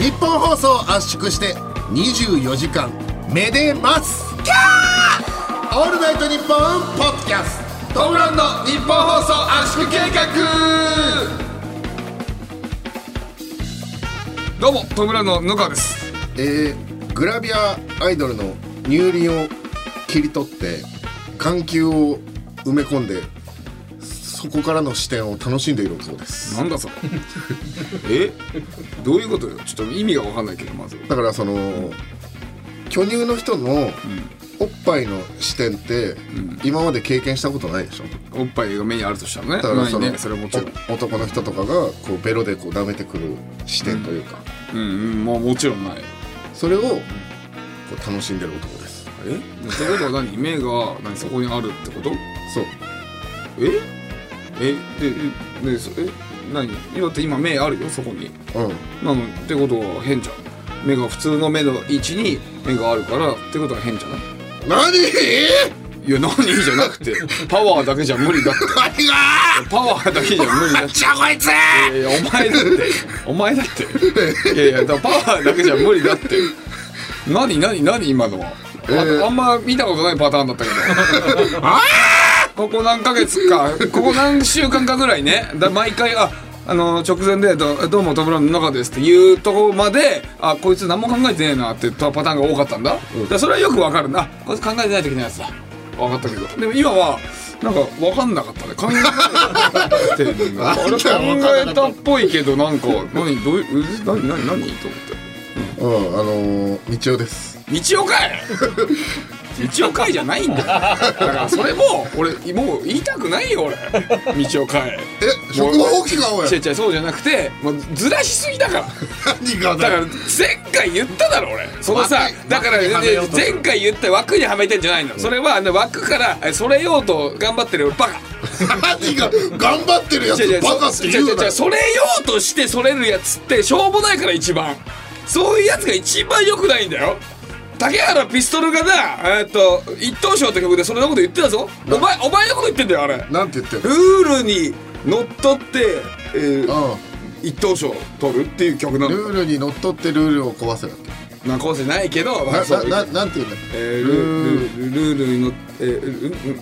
日本放送を圧縮して24時間めでますオールナイトニッポンポッドキャストトムランド日本放送圧縮計画どうもトムブラウンの野川ですえー、グラビアアイドルの乳輪を切り取って眼球を埋め込んでそこからの視点を楽しんでいるそうですなん だそれえどういうことよちょっと意味がわかんないけどまずだからその、巨乳の人のおっぱいの視点って今まで経験したことないでしょおっぱいが目にあるとしたらねだからないその、ねそれはもちろんお男の人とかがこうベロでこう舐めてくる視点というか、うんうんもうもちろんないそれをこう楽しんでる男ですえ例えば何目が何そこにあるってことそうええでえでそえ何だって今目あるよそこにうんなのってことは変じゃん目が普通の目の位置に目があるからってことは変じゃない何いや何じゃなくてパワーだけじゃ無理だって何がパワーだけじゃ無理だってじゃあこいついやいやお前だってお前だっていやいやだからパワーだけじゃ無理だって何何何今のは、あーあんま見たことないパターンだったけどここ何ヶ月かここ何週間かぐらいねだ毎回ああの直前でど「どうもトムブラウンの中です」っていうとこまで「あこいつ何も考えてねえな」ってパターンが多かったんだ,、だからそれはよくわかるなあこいつ考えてない時のやつだ分かったけどでも今はなんか分かんなかったね考えて なかったっていうのがなんだよ分考かんなかえったたっぽいけどなんか何どういうえ何何何と思ってうんあのー、道夫です道をかい道をかいじゃないんだよだからそれも俺もう言いたくないよ俺道をかいえ職務放棄かおい違う違うそうじゃなくてもうずらしすぎだから何がだだからよ前回言っただろ俺そのさ枠だから枠にはめようと前回言った枠にはめてんじゃないのそれはあの枠からえそれようと頑張ってるバカ何が頑張ってるやつ違う違うバカって言違うう違うな違うよそれ用としてそれるやつってしょうもないから一番そういうやつが一番良くないんだよ竹原ピストルがなえーっと一等賞って曲でそれのこと言ってたぞお前お前のこと言ってんだよあれなんて言ってんのルールにのっとって、えーうん一等賞取るっていう曲なルのールにのっとってルールを壊せだっけなこうじゃないけどまあそうななななんて言うんだっけえールルルールにのっ、えール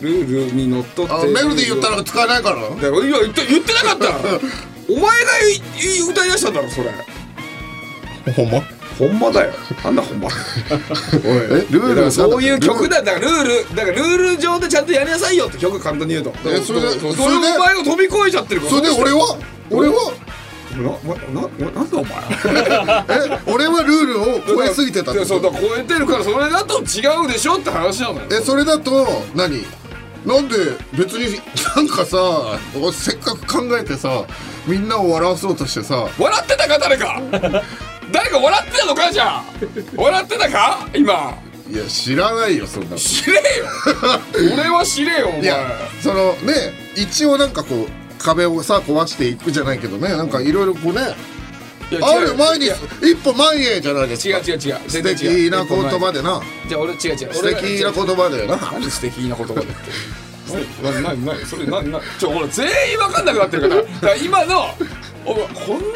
ルルールにのっとってあメロディー言ったら使えないからなだからいや言って言ってなかった お前がいい歌い出したんだろそれほんまほんまだよなんだほんまおいえルールいやだからそういう曲ルだだからルールだからルール上でちゃんとやりなさいよって曲簡単に言うとえそれでそそうそれれをおで前が飛び越えちゃってるからそれで俺は俺はななななんだお前え俺はルールを超えすぎてたっいてやそうこだとから超えてるからそれだと違うでしょって話なのよえそれだと何なんで別になんかさ俺せっかく考えてさみんなを笑わそうとしてさ笑ってたか誰か誰か笑ってたのかじゃあ笑ってたか今いや知らないよそんなのい知れよ俺は知れよお前やそのね一応なんかこう壁をさ壊していくじゃないけどねなんかいろいろこうねいやあ違うる前にいや一歩前へじゃないです違うか違う違う素全然違う敵な言葉でなじゃあ俺違う違う素俺が敵な言葉だよな何で素敵な言葉だ って何何何それ何何ちょ俺全員分かんなくなってる からだから今のお前こんなに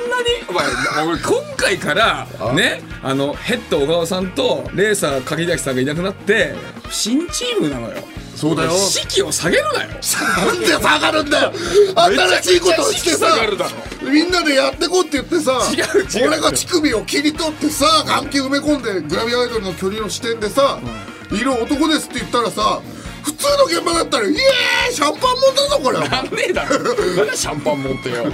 お前俺今回からねあのヘッド小川さんとレーサー柿崎さんがいなくなって新チームなのよそうだよ士気を下げるな よなんで下がるんだよ新しいことをしてさめちゃくちゃ士気下がるだみんなでやってこうって言ってさ違う違う俺が乳首を切り取ってさ眼球埋め込んでグラビアアイドルの距離の視点でさ「色男です」って言ったらさ普通の現場だったら「イエーイシャンパンもんだぞこれ」なんねえだろなんでシャンパン持ってよ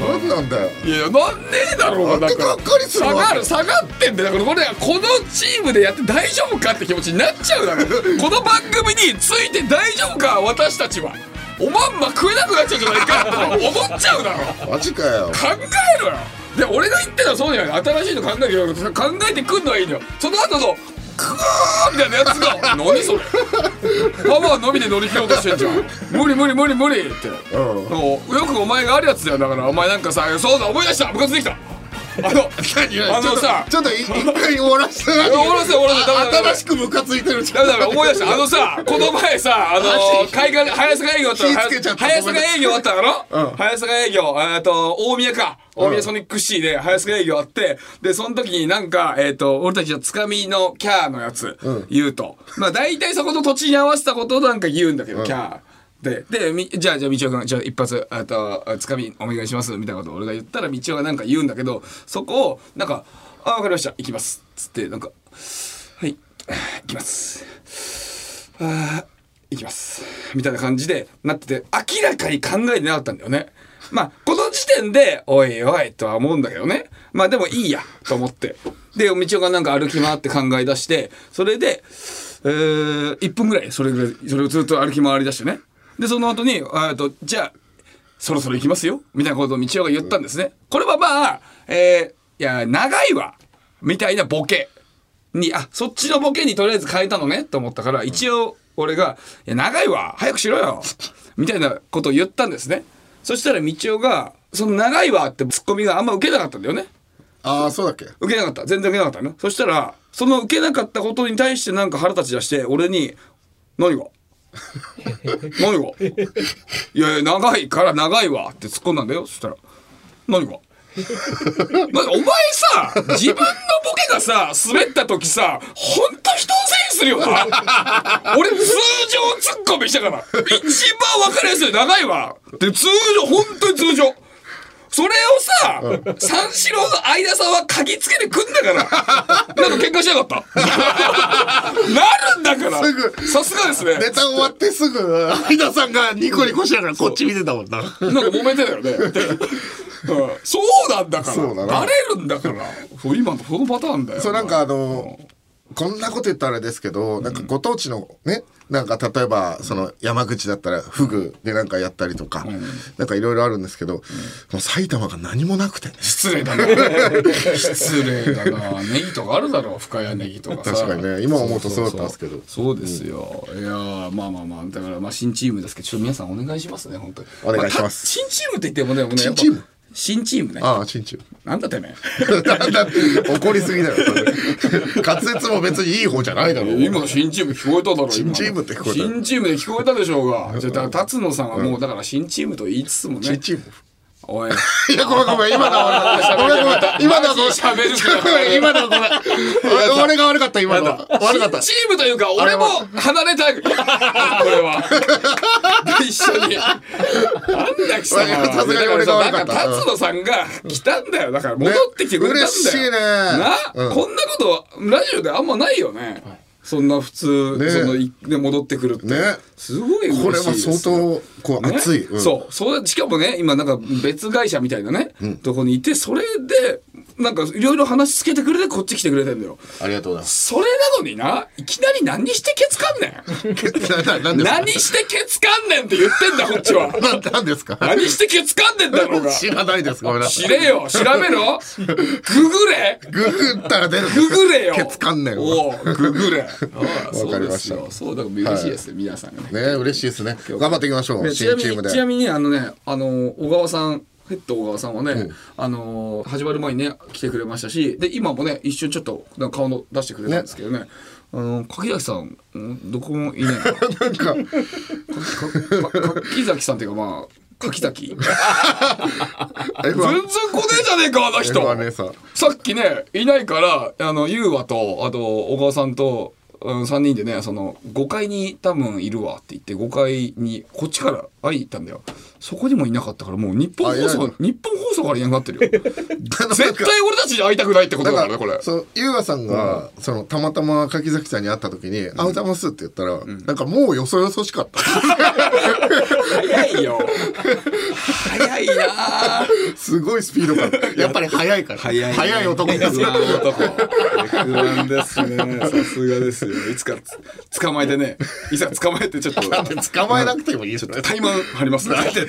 何なんだよいやいやなんねえだろうなんでがっかりする下わがる下がってんだよだからこれこのチームでやって大丈夫かって気持ちになっちゃうだろこの番組について大丈夫か私たちはおまんま食えなくなっちゃうんじゃないかって思っちゃうだろマジかよ考えろよで俺が言ってたらそうじゃない新しいの考えてよ考えてくんのはいいのよその後のクーみたいなやつが 何それパワーのみで乗り切ろうとしてんじゃん無理無理無理無理って、うんなんかよくお前があるやつだよだからお前なんかさそうだ思い出した部活できたあの 何何あのさちょっとちょっと一回終わらせて終わらせて終わらせてダメあダメダメ新しくムカついてるちょっとダメダメ思い出したあのさこの前さあの海岸早坂営業あった火つけちゃった早坂営業あったうのん早坂営業えっと大宮か大う宮んソニックシーで早坂営業あってでその時になんかえっと俺たちのつかみのキャーのやつ言うとまあ大体そこと土地に合わせたことをなんか言うんだけどキャーででみじゃあじゃあ道夫君じゃあ一発えっとつかみお願いしますみたいなことを俺が言ったら道夫がなんか言うんだけどそこをなんか「あわかりました行きます」っつってなんか「はい行きます」行きますみたいな感じでなってて明らかに考えてなかったんだよねまあこの時点でおいおいとは思うんだけどねまあでもいいやと思ってで道夫がなんか歩き回って考え出してそれで、えー、1分ぐらいそれぐらいそれをずっと歩き回り出してねでその後にあとじゃあそろそろ行きますよみたいなことを道夫が言ったんですねこれはまあえー、いや長いわみたいなボケにあそっちのボケにとりあえず変えたのねと思ったから一応俺が「いや長いわ早くしろよ」みたいなことを言ったんですねそしたら道夫がその「長いわ」ってツッコミがあんま受けなかったんだよねああそうだっけ受けなかった全然受けなかったねそしたらその受けなかったことに対してなんか腹立ち出して俺に「何が? 」何がいやいや長いから長いわって突っ込んだんだよそしたら「何が? 」まお前さ自分のボケがさ滑った時さほんと人のせいにするよな俺通常ツッコミしたから一番分かりやすい長いわで通常本当に通常それをさ、三四郎の相田さんは嗅ぎつけてくんだから。なんか喧嘩し なかった。なるんだから。すぐさすがですね。ネタ終わってすぐ相田さんがニコニコしながらこっち見てたもんななんか揉めてたよね。うんそうなんだから。そうだなバレるんだから。そう今のそのパターンだよ。そうなんかあのこんなこと言ったらあれですけどなんかご当地のねなんか例えばその山口だったらフグでなんかやったりとか、なんかいろいろあるんですけど、もう埼玉が何もなくてね失礼だな。失礼だな。ネギとかあるだろう。深谷ネギとかさ。確かにね今思うとそうだったんですけどそうですよ。いやーまあまあまあだからまあ新チームですけどちょっと皆さんお願いしますね本当に。お願いしますあた新チームって言ってもね。もうね新チーム。やっぱ新チームね。ああちんちんなんだてめえ。 だって怒りすぎだよそれ滑舌も別にいい方じゃないだろう今の新チーム聞こえただろ今新のチームって聞こえた新チームで聞こえたでしょ うがじゃあだから達野さんはもうだから新チームと言いつつもちんねちんも おいいや、ごめん ごめん、今のは俺が悪かった。ごめんごめん、今のはごめん。喋るからごめん、今のはごめん。俺俺が悪かった、今のは。悪かった。新チームというか俺も離れ たいこれは一緒になんだ貴様いやさすがに俺が悪かっただら達野さんが来たんだよだから戻ってきてくれねたんだよ嬉しいねなうんこんなことラジオであんまないよねそんな普通ねそのいで戻ってくるってねすごい嬉しいこれはですよ相当、こう、ね熱い。うんそうそうしかもね今なんか別会社みたいなね、とこにいてそれでなんかいろいろ話つけてくれてこっち来てくれてんだよありがとうございます。 それなのにないきなり何してケツかんねんなななんですか何してケツかんねんって言ってんだこっ ちはななんですか何してケツかんねんだ ろうが知らないです、ごめんなさ知い。れよ調べろググれググったら出るんですググれよケツかんねん。ねおうググ れああそかうりでましすたよそうだから嬉しいですね、皆さんがね嬉しいですね。頑張っていきましょう、ねちな新みチームにでち。なみにねあのねあの小川さんヘッド小川さんはね、あの始まる前にね来てくれましたしで今もね一瞬ちょっとなんか顔の出してくれたんですけどねあの柿崎さんうんどこもいないなか なんか、か柿崎さんっていうかまあ柿 崎 F1 全然来ねえじゃねえかあの人 F1 姉さん。さっきねいないからあの優和とあと小川さんと、うん、3人でねその5階に多分いるわって言って5階にこっちから会いに行ったんだよそこにもいなかったからもう日本放あい送な日本放送からい なくなってるよあの絶対俺たちに会いたくないってことだだからかねら、これそう、ゆうあさんが、その、たまたま柿崎さんに会った時に、あ、歌いますって言ったら、なんかもうよそよそしか った。早いよ早いなあすごいスピード感。やっぱり速いから。早い、男ですよ。男。ですね。さすがですよ。いつかつ捕まえてね。いざ捕まえて ちょっと。捕まえなくてもいいですよね。タイマン貼りますね。はい、や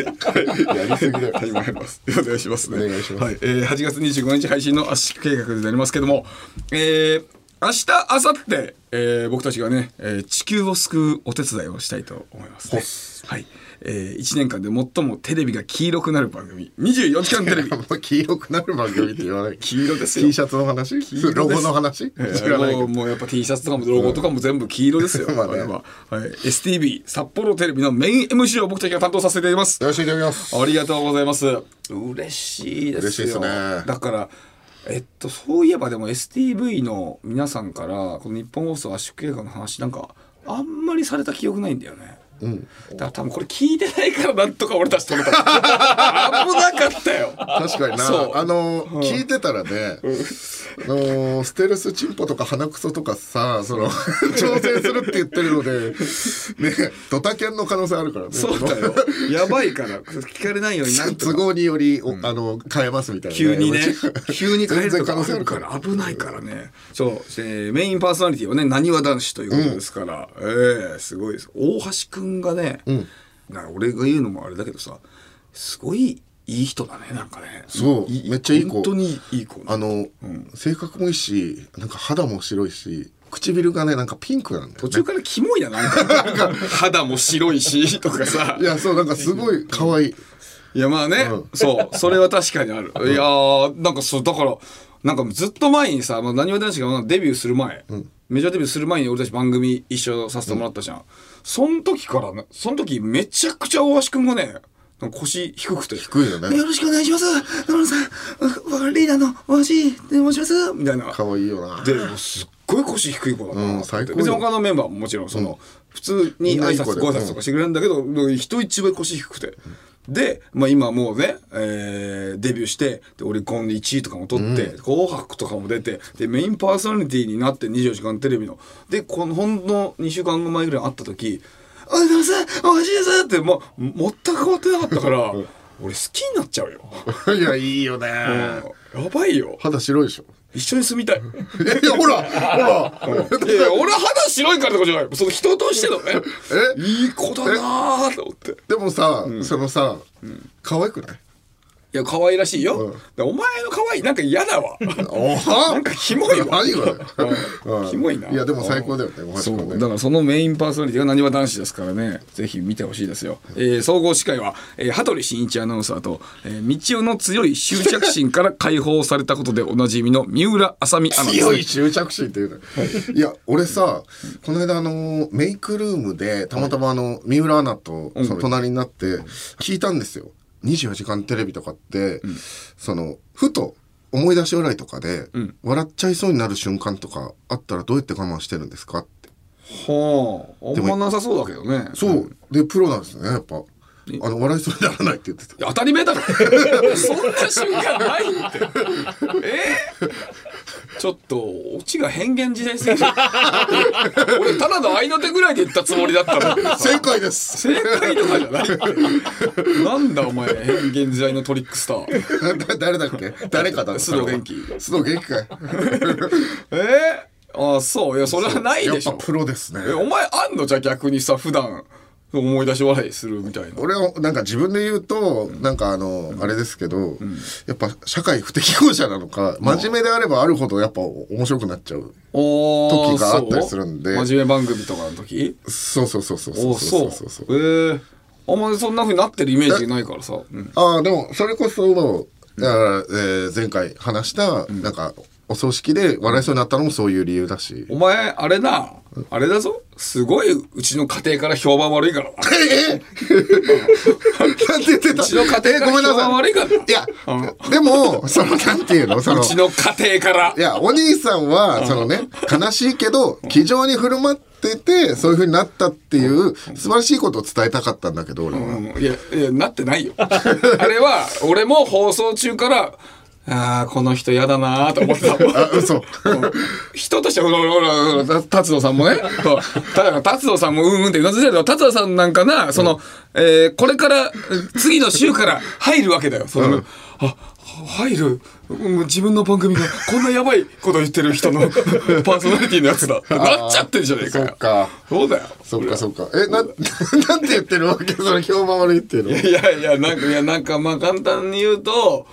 りすぎだよ。タイマン貼ります。 お願いしますね。お願いしますはい、えー、8月25日配信の圧縮計画でなりますけども、えー、明日、明後日、えー、僕たちがね、えー、地球を救うお手伝いをしたいと思います、ね。はい。えー、1年間で最もテレビが黄色くなる番組24時間テ レビもう黄色くなる番組って言わない黄色ですよ T シャツの話色ですロゴの話えー知らないけもどうもうやっぱ T シャツとかもロゴとかも全部黄色ですよ、まあねこれは、はい、STB 札幌テレビのメイン MC を僕たちが担当させていただきますよろしくいただきますありがとうございます。嬉しいですよ。嬉しいですねだから、えっと、そういえばでも STV の皆さんから、この日本放送圧縮映画の話なんか、あんまりされた記憶ないんだよね。だから多分これ聞いてないからなんとか俺たち 止めた。危なかったよ。 確かにそうなあの聞いてたらねあのステルスチンポとか鼻くそとかさそ の挑戦するって言ってるのでねドタキャンの可能性あるからねそうだよ。 やばいから、聞かれないようになんと都か。合により、おあの変えますみたいな、急にね 急に変える全然可とか能あ性あるるかからら危ないからね。そう、えーメインパーソナリティはね、なにわ男子ということですから、えーすごいです。大橋くんがね、なんか俺が言うのもあれだけどさ、すごいいい人だね、なんかね。そうめっちゃいい子本当にいい子。あの、性格もいいしなんか肌も白いし唇がねなんかピンクなんだよ途中からキモいな、なんか。肌も白いし、とかさい。やそうなんかすごい可愛いいやまあね、うんそうそれは確かにある、いやーなんかそうだからなんかずっと前にさなにわ男子がまあデビューする前、メジャーデビューする前に俺たち番組一緒させてもらったじゃん、その時からねその時めちゃくちゃ大橋くんがねなんか腰低くて低いよねよろしくお願いします野村さんわわリーダーの大橋で申しますみたいな可愛いよなでもうすっごい腰低い子だな、うん最高よ別に他のメンバーももちろんその、普通に挨拶ご挨拶とかしてくれるんだけど、人一倍腰低くて。で、まあ、今もうね、えーデビューしてでオリコンで1位とかも取って「紅白」とかも出てでメインパーソナリティになって『24時間テレビの』でこのほんの2週間前ぐらいに会った時「おいでもさおいしいです」って、まあ、全く変わってなかったから、俺好きになっちゃうよ。 いやいいよね、やばいよ肌白いでしょ 一緒に住みたい。いやいやほらほらいやいや俺は肌白いからとかじゃないその人としてのねいい子だなーと思っていでもさ、そのさ、可愛くないや可愛らしいよ、うんでお前の可愛いなんか嫌だわおはなんかキモいわ何これ、うんうんキモいないやでも最高だよね大橋そ君ねうだからそのメインパーソナリティがなにわ男子ですからねぜひ見てほしいですよ、えー総合司会は、えー、羽鳥慎一アナウンサーと、えー、道夫の強い執着心から解放されたことでおなじみの三浦あさみアナウンサー強い執着心っていうのいや俺さこの間あのメイクルームでたまたまあの三浦アナとその隣になって聞いたんですよ「24時間テレビ」とかってそのふと思い出し笑いとかで笑っちゃいそうになる瞬間とかあったらどうやって我慢してるんですかってはああんまなさそうだけどねそうでプロなんですねやっぱあの笑いそうにならないって言ってた当たり前だろ そんな瞬間ないってえー、ちょっとオチが変幻自在すぎる俺ただの合いの手ぐらいで言ったつもりだったのに正解です正解とかじゃないってなんだお前変幻自在のトリックスター だ誰だっけ誰かだった須藤元気須藤元気かいえー、あそういやそれはないやでっしぱょプロですねえお前あんのじゃあ逆にさ普段思い出し笑いするみたいな俺はなんか自分で言うとなんかあのあれですけどやっぱ社会不適合者なのか真面目であればあるほどやっぱ面白くなっちゃうおー時があったりするんでそう真面目番組とかの時そうそうそうそうそおうそうそうそうええあんまりそんな風になってるイメージないからさ、うんああでもそれこそだからえー前回話したなんかお葬式で笑いそうになったのもそういう理由だしお前あれなあれだぞすごいうちの家庭から評判悪 いからなうええなんて言ってたちの家庭からえごめんな評判さ悪いいからないやでもそのなんていうのその うちの家庭からいや、お兄さんは、そのね、悲しいけど、気丈に振る舞ってて、そういう風になったっていう、素晴らしいことを伝えたかったんだけど、俺は。うんいやいやなってな いよあれは俺も放送中からあーこの人嫌だなーと思ってたあ、嘘。人としてほらほらほらほらた達郎さんもねそうただ達郎さんもうんうんってうなずいてるけど達郎さんなんかなその、えーこれから次の週から入るわけだよその、あ入るうん自分の番組がこんなやばいこと言ってる人のパーソナリティのやつだってなっちゃってるじゃねえかそよっか。そうだよそっかそっか。え、なん、 なんて言ってるわけそれ評判悪いっていうの。 いやいやなんかいやなんかまあ簡単に言うと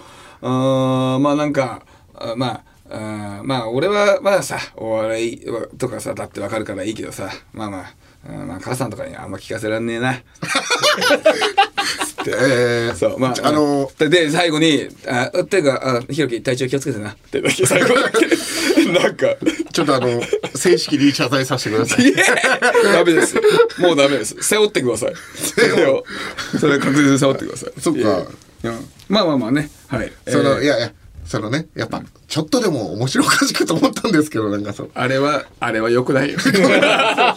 うーんまあなんかあまああーまあ俺はまあさお笑いとかさだってわかるからいいけどさまあまあうんまあ、母さんとかにあんま聞かせらんねえな。でえーそう、まあ、あのでで、最後に、あ、っていうか、あ、ひろき、体調気をつけてな。ってだけ最後だけ。 なんか、ちょっとあの正式に謝罪させてくださいいえダメです。もうダメです。背負ってください。それを、それを確実に背負ってください。そっかいえうんまあまあまあね。はい。その、えーいやいやそのねやっぱちょっとでも面白おかしくと思ったんですけどなんかそうあれは、あれは良くないよ。あ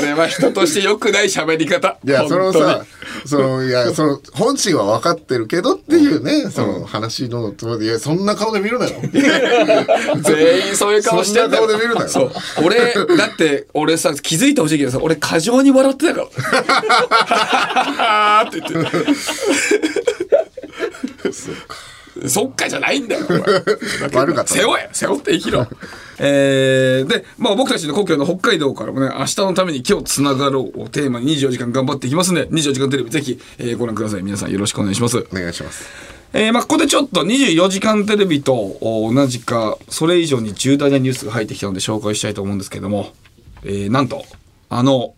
れは人として良くない喋り方。いや、その本当にさ、その、い や、その、本心は分かってるけどっていうね、その話のつもりで、いや、そんな顔で見 るなよ。全員そういう顔してんだよそんな顔で見るなよそう俺だって俺さ気づいてほしいけどさ俺過剰に笑ってたからって言ってそっかじゃないんだよお前悪かった背負え背負って生きろ えーで、まあ、僕たちの故郷の北海道からもね「明日のために今日つながろう」をテーマに24時間頑張っていきますんで24時間テレビぜひ、えーご覧ください皆さんよろしくお願いしますお願いします。えーまあ、ここでちょっと24時間テレビとお同じか、それ以上に重大なニュースが入ってきたので紹介したいと思うんですけども、えーなんと、あの、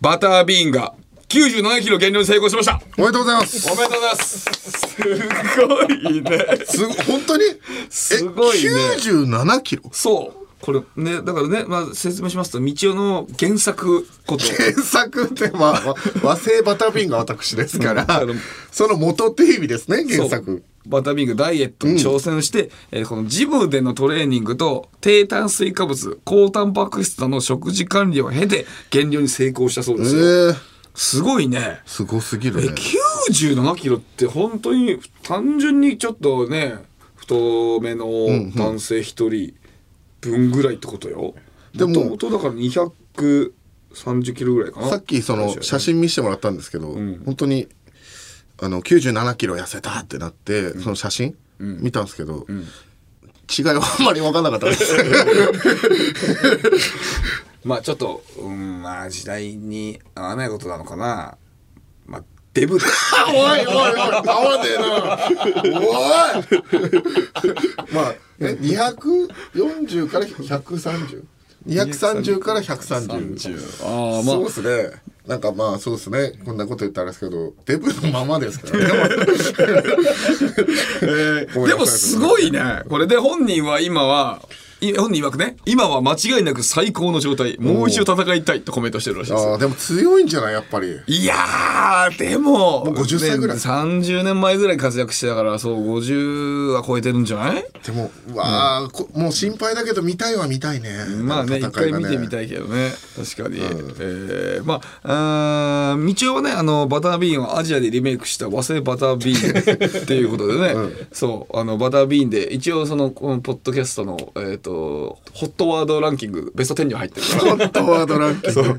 バタービーンが97キロ減量に成功しましたおめでとうございます。おめでとうございます すごいねすご、本当にすごいねえ、97キロそう。これね、だからね、まあ、説明しますと、道夫の原作こと。原作って、ま あ、和製バタピンが私ですからうんあの、その元っていう意味ですね、 原そう作。バタービングダイエットに挑戦して、えーこのジムでのトレーニングと低炭水化物高タンパク質などの食事管理を経て減量に成功したそうでえすよ、ー、すごいねすごすぎるえね。 97キロって本当に単純にちょっとね太めの男性一人分ぐらいってことよででももとだから230キロぐらいかなさっきその写真見せてもらったんですけど、本当にあの97キロ痩せたってなって、その写真、見たんですけど、違いはあんまり分かんなかった です。まあちょっと、うん、まあ時代に合わないことなのかな。まあ、デブだ。おいおいおい、合わねえな。おい。まあ、え、二百四十から百三十。二百三十から百三十。ああ、まそうあで、すね。なんかまあそうですね。こんなこと言ったらあれですけど、デブのままですから ね。 でもすごいね。これで本人は今は、い本人曰くね、今は間違いなく最高の状態、もう一度戦いたいとコメントしてるらしいですあよ。あ、でも強いんじゃないやっぱり。いやー、でも、もう50歳ぐらい30年前ぐらい活躍してたから、そう、50は超えてるんじゃないでも、うわあ、こもう心配だけど見たいは見たいね。まあね、戦一いが回見てみたいけどね、確かに。えーまあ、あー道夫はね、あの、バタービーンをアジアでリメイクした和製バタービーンっていうことでね、 そう、あの、バタービーンで、一応その、このポッドキャストの、えっ、と、ホットワードランキング、ベスト10には入ってるか ホットワードランキング。バ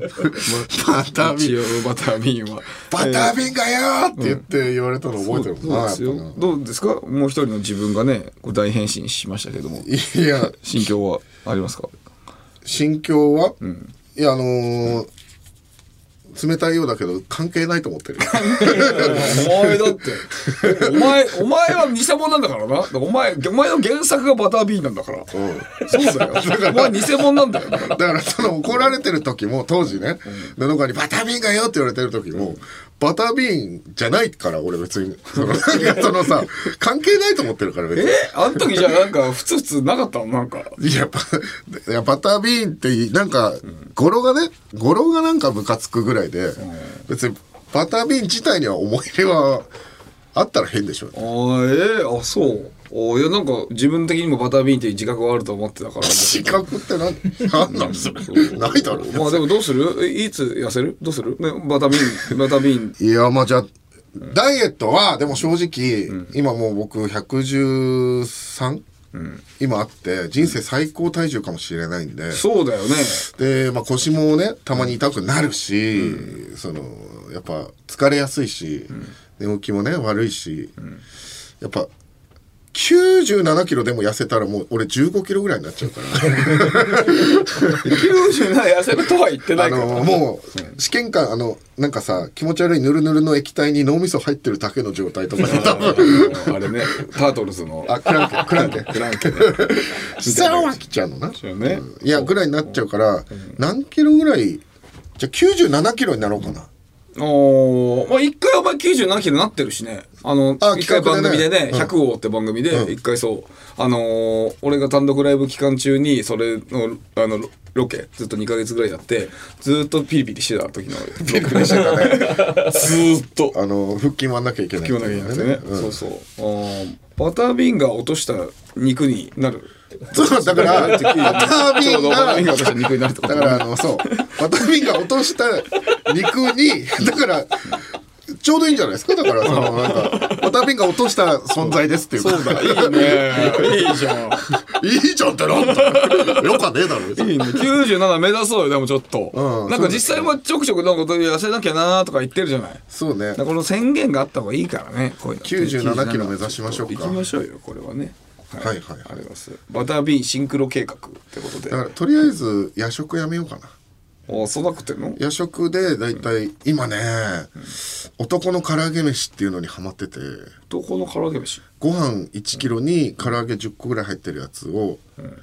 タら、ービン。一応バタービーンは。バタービンがよーって言って言われたの覚えてるもんな、そうでやっすぱよな。どうですかもう一人の自分がね、こう大変身しましたけども、いや、心境はありますか心境は、いや、あのー冷たいようだけど関係ないと思ってる。お前だってお前お前は偽物なんだからなお前お前の原作がバタービーンなんだから そうだよお前偽物なんだよだからだからその怒られてる時も当時ね、布川にバタービンがよって言われてる時も、バタービンじゃないから俺別に。そのなんかそのさ、関係ないと思ってるから別に。えあの時じゃなんか普通普通なかったのなんかいや、ばいやバタービーンって、なんか、語呂がね、語呂がなんかムカつくぐらいで、別にバタービーン自体には思い入れはあったら変でしょ。あーえー、あそうおいやなんか自分的にもバタービーンっていう自覚はあると思ってたから自覚って何、何なんそれ。ないだろ。まあでもどうするえいつ痩せるどうする、ね、バタービーンバタービーンいや、まあじゃあ、ダイエットは、でも正直、今もう僕 113?、今あって、人生最高体重かもしれないんで。そう だよねで、まあ、腰もねたまに痛くなるし、そのやっぱ疲れやすいし、寝起きもね悪いし、やっぱ97キロでも痩せたらもう俺15キロぐらいになっちゃうから 97痩せるとは言ってなあいからのもう試験官あのなんかさ気持ち悪いぬるぬるの液体に脳みそ入ってるだけの状態とかで 多分あのあれねタートルズのあクランケクラン ケクランケねさあ来ちゃうのな、よねいやぐらいになっちゃうから、何キロぐらいじゃあ97キロになろうかなおーまあ一回お前90何キロなってるしね。あの、あ一回企画でね番組でね、うん100号って番組で、一回そう、あのー俺が単独ライブ期間中に、それの、あの、ロロケ、ずっと2ヶ月ぐらいやって、ずーっとピリピリしてた 時の、びっくりしてたね ずーっと。あの腹筋割んなきゃいけない今日だけやってね、うんそうそうあーバタービンが落とした肉になるそうだからバターちビょうンどバタービンがが落とした肉になるってこだとからあのそうバタービンが落とした肉にだからちょうどいいんじゃないですかだからそのなんかバタービンが落とした存在ですっていうそうだいいねいいじゃんいいじゃんってなんだよかねえだろ別にいいね97目指そうよでもちょっと、うんなんか実際はちょくちょくなんか痩せなきゃなーとか言ってるじゃないそうねだからこの宣言があった方がいいからねこういうの97キロ目指しましょうか行きましょうよこれはねははいはいはいありますバタービーンシンクロ計画ってことでだからとりあえず夜食やめようかなおそうなくてんの夜食でだいたい今ね男の唐揚げ飯っていうのにハマってて男の唐揚げ飯ご飯1キロに唐揚げ10個ぐらい入ってるやつを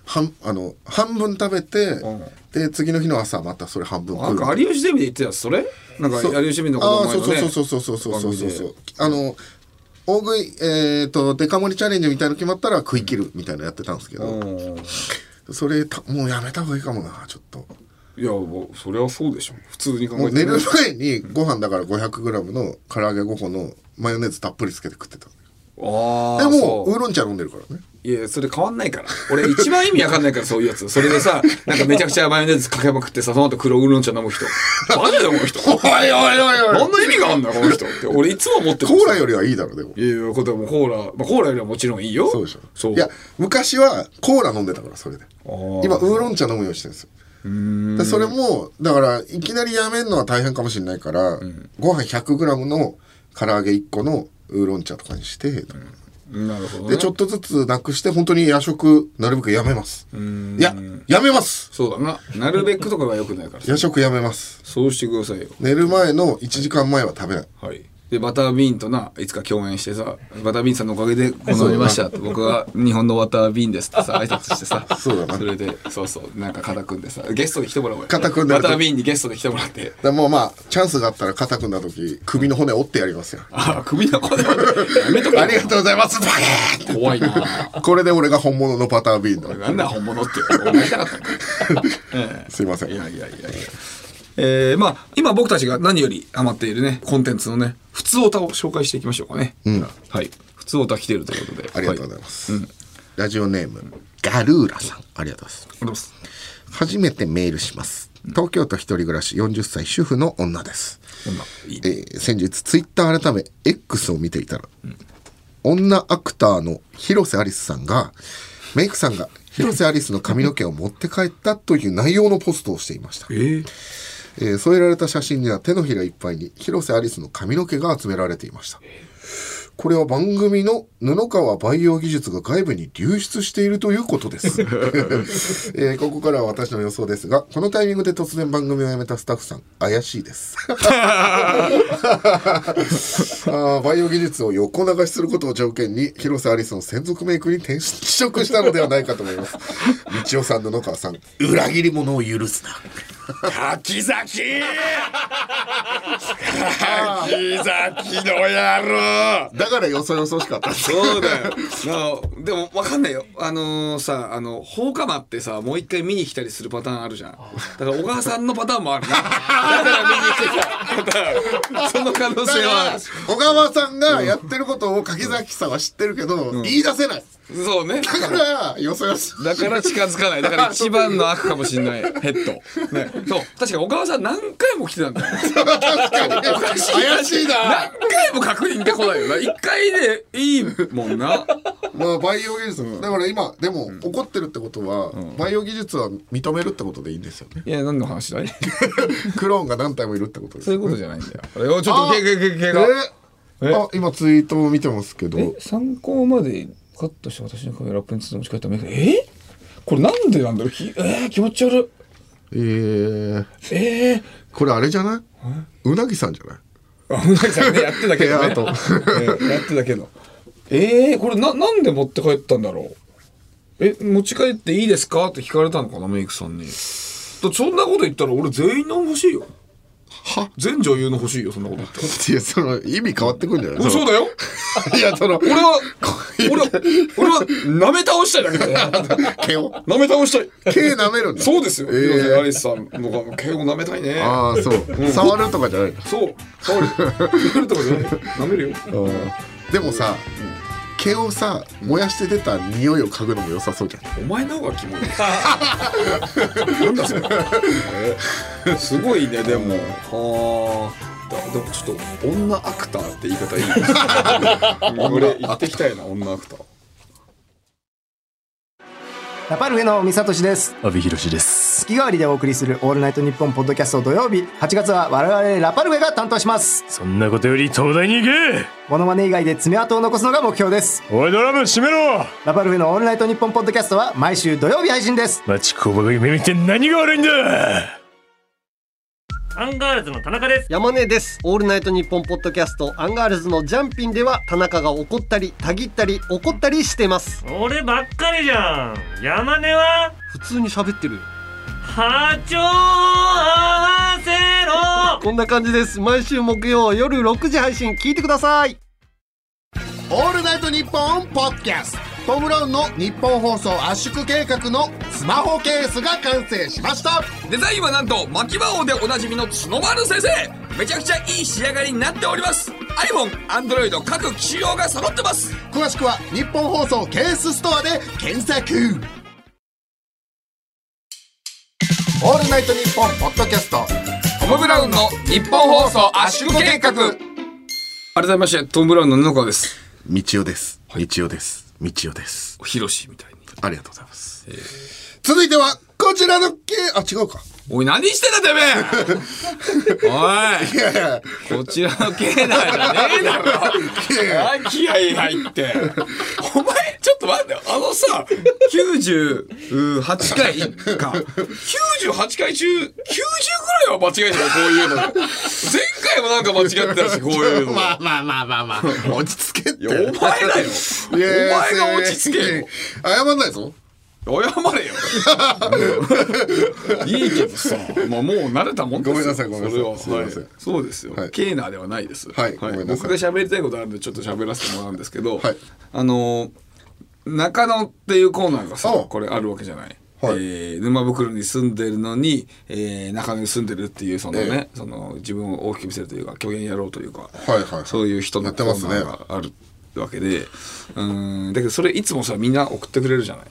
半あの半分食べてんで次の日の朝またそれ半分なん食かう有吉ゼミで言ってたやつそれなんかそう有吉ゼミのこあとあそ前うのねそうそうそうそうそうそうそう番あの大食いえっとデカ盛りチャレンジみたいなの決まったら食い切るみたいなのやってたんですけど組でうんそれたもうやめた方がいいかもなちょっといやもうそれはそうでしょ普通に考もえてう寝る前にご飯だから 500g の唐揚げ5個のマヨネーズたっぷりつけて食ってたああでもウうーロン茶飲んでるからねいやそれ変わんないから俺一番意味わかんない からそういうやつそれでさなんかめちゃくちゃマヨネーズかけまくってさその後黒ウーロン茶飲む人マジでこの人おいおいおい何の意味があんだこの人って俺いつも思ってるコーラよりはいいだろでもいやいやこれでもコーラ、まあ、コーラよりはもちろんいいよそうでしょそういや昔はコーラ飲んでたからそれでー今ウーロン茶飲むようにしてるんですよでそれもだからいきなりやめるのは大変かもしれないから、ご飯 100g の唐揚げ1個のウーロン茶とかにして、なるほど、ね、でちょっとずつなくして本当に夜食なるべくやめますいややめますそうだななるべくとかが良くないから夜食やめますそうしてくださいよ寝る前の1時間前は食べないはい、でバタービーンとないつか共演してさバタービーンさんのおかげでこうなりましたって僕は日本のバタービーンですってさ挨拶してさそうだなれでそうそうなんか肩組んでさゲストで来てもらおうよ肩組んでるバタービーンにゲストで来てもらってだからもうまあチャンスがあったら肩組んだ時首の骨折ってやりますよあ首の骨折るやめとかありがとうございますバキーンっ怖いなてこれで俺が本物のバタービーンだなんだ本物って思いたかったんだ えすいませんえいやいやいやいやえー、まあ今僕たちが何よりハマっているねコンテンツのね普通オタを紹介していきましょうかね、はい普通オタ来てるということでありがとうございまます、ラジオネームガルーラさんありがとうございますす、はいありがとうございます初めてメールします東京都一人暮らし40歳主婦の女です、こんないいねえー先日ツイッター改め X を見ていたら、女アクターの広瀬アリスさんがメイクさんが広瀬アリスの髪の毛を持って帰ったという内容のポストをしていましたえーえー添えられた写真には手のひらいっぱいに広瀬アリスの髪の毛が集められていましたこれは番組の布川培養技術が外部に流出しているということです、 えーここからは私の予想ですがこのタイミングで突然番組を辞めたスタッフさん怪しいです あー培養技術を横流しすることを条件に広瀬アリスの専属メイクに転職したのではないかと思います道夫さん布川さん裏切り者を許すな柿崎柿崎の野郎だからよそよ そしかったそうだよなあでも分かんないよあのーさあの放火魔ってさもう一回見に来たりするパターンあるじゃんだから小川さんのパターンもあるなだから見に来てたパターンその可能性はある小川さんがやってることを柿崎さんは知ってるけど、言い出せないそうねだからよそよそだから近づかないだから一番の悪かもしんないヘッド、ね、そう確かに小川さん何回も来てたんだよ確かにおかしい怪しいな何回も確認でこないよな一回でいいもんなまあ培養技術だから今でも怒ってるってことは、培養技術は認めるってことでいいんですよ ねいや何の話だい クローンが何体もいるってことですそういうことじゃないんだよあれおちょっとけけけけがえーあ今ツイートを見てますけど参考までカットして私の髪ラップに包む持ち帰ったメイクえこれなんでなんだろうきえー、気持ち悪えー、いえー、これあれじゃないうなぎさんじゃない あうなぎさんねやってたけど、ね、ヘアアーねやってたけどえー、これななんで持って帰ったんだろうえ持ち帰っていいですかって聞かれたのかなメイクさんにだそんなこと言ったら俺全員の欲しいよは全女優の欲しいよそんなこと 言ったらいやその意味変わってくんじゃないそうだよだいやその俺 はういう俺は俺は舐め倒したいだけだよ 毛を舐め倒したい毛舐めるんだそうですよ、えー広瀬アリスさんのが敬語舐めたいねああそう触るとかじゃないのそう触る舐めるとかじゃない舐めるよでもさ毛をさ燃やして出た匂いを嗅ぐのも良さそうじゃんお前の方がキモいなんだそれすごいねでもはあだでもちょっと女アクターって言い方いいねうん 俺行ってきたいな女アクターラパルフェの三里です。阿部寛です。月替わりでお送りするオールナイトニッポンポッドキャスト土曜日、8月は我々ラパルフェが担当します。そんなことより東大に行けモノマネ以外で爪痕を残すのが目標です。おいドラム閉めろラパルフェのオールナイトニッポンポッドキャストは毎週土曜日配信です。町工場が夢見て何が悪いんだアンガールズの田中です。山根ですオールナイトニッポンポッドキャストアンガールズのジャンピンでは田中が怒ったりたぎったり怒ったりしてます俺ばっかりじゃん。山根は普通に喋ってるよ波長を合わせろ。こんな感じです毎週木曜夜6時配信聞いてください「オールナイトニッポン」ポッドキャストトム・ブラウンの日本放送圧縮計画のスマホケースが完成しましたデザインはなんと牧場王でおなじみの角丸先生めちゃくちゃいい仕上がりになっております iPhone、Android 各機種用が揃ってます詳しくは日本放送ケースストアで検索「オールナイトニッポン」ポッドキャストトム・ブラウンの日本放送圧縮計画改めましてトム・ブラウンの布川です道夫です道夫です道夫ですヒロシみたいにありがとうございます。続いては、こちらのけ、あ、違うか。おい何してんだてめえおいやいや、いこちらの経済じゃねえだろ何気合い入ってお前ちょっと待ってあのさ98回か98回中90ぐらいは間違えてるこういうの前回もなんか間違ってたしこういうのまあまあまあまあまあ、落ち着けって。いやお前だよおいやいや前が落ち着けよ。謝んないぞ。謝れよ いいけどさ、まあ、もう慣れたもんですよごめんなさいごめんなさいそれはすいませんはいそうですよ、はいケーナーではないですはいごめんなさい僕が喋りたいことあるんでちょっと喋らせてもらうんですけど、はいあの中野っていうコーナーがさおうこれあるわけじゃない、はいえー沼袋に住んでるのに、えー中野に住んでるっていうそのね、その自分を大きく見せるというか虚言やろうというか、はいはいそういう人やのっコてーますねナーがあるわけでうんだけどそれいつもさみんな送ってくれるじゃない。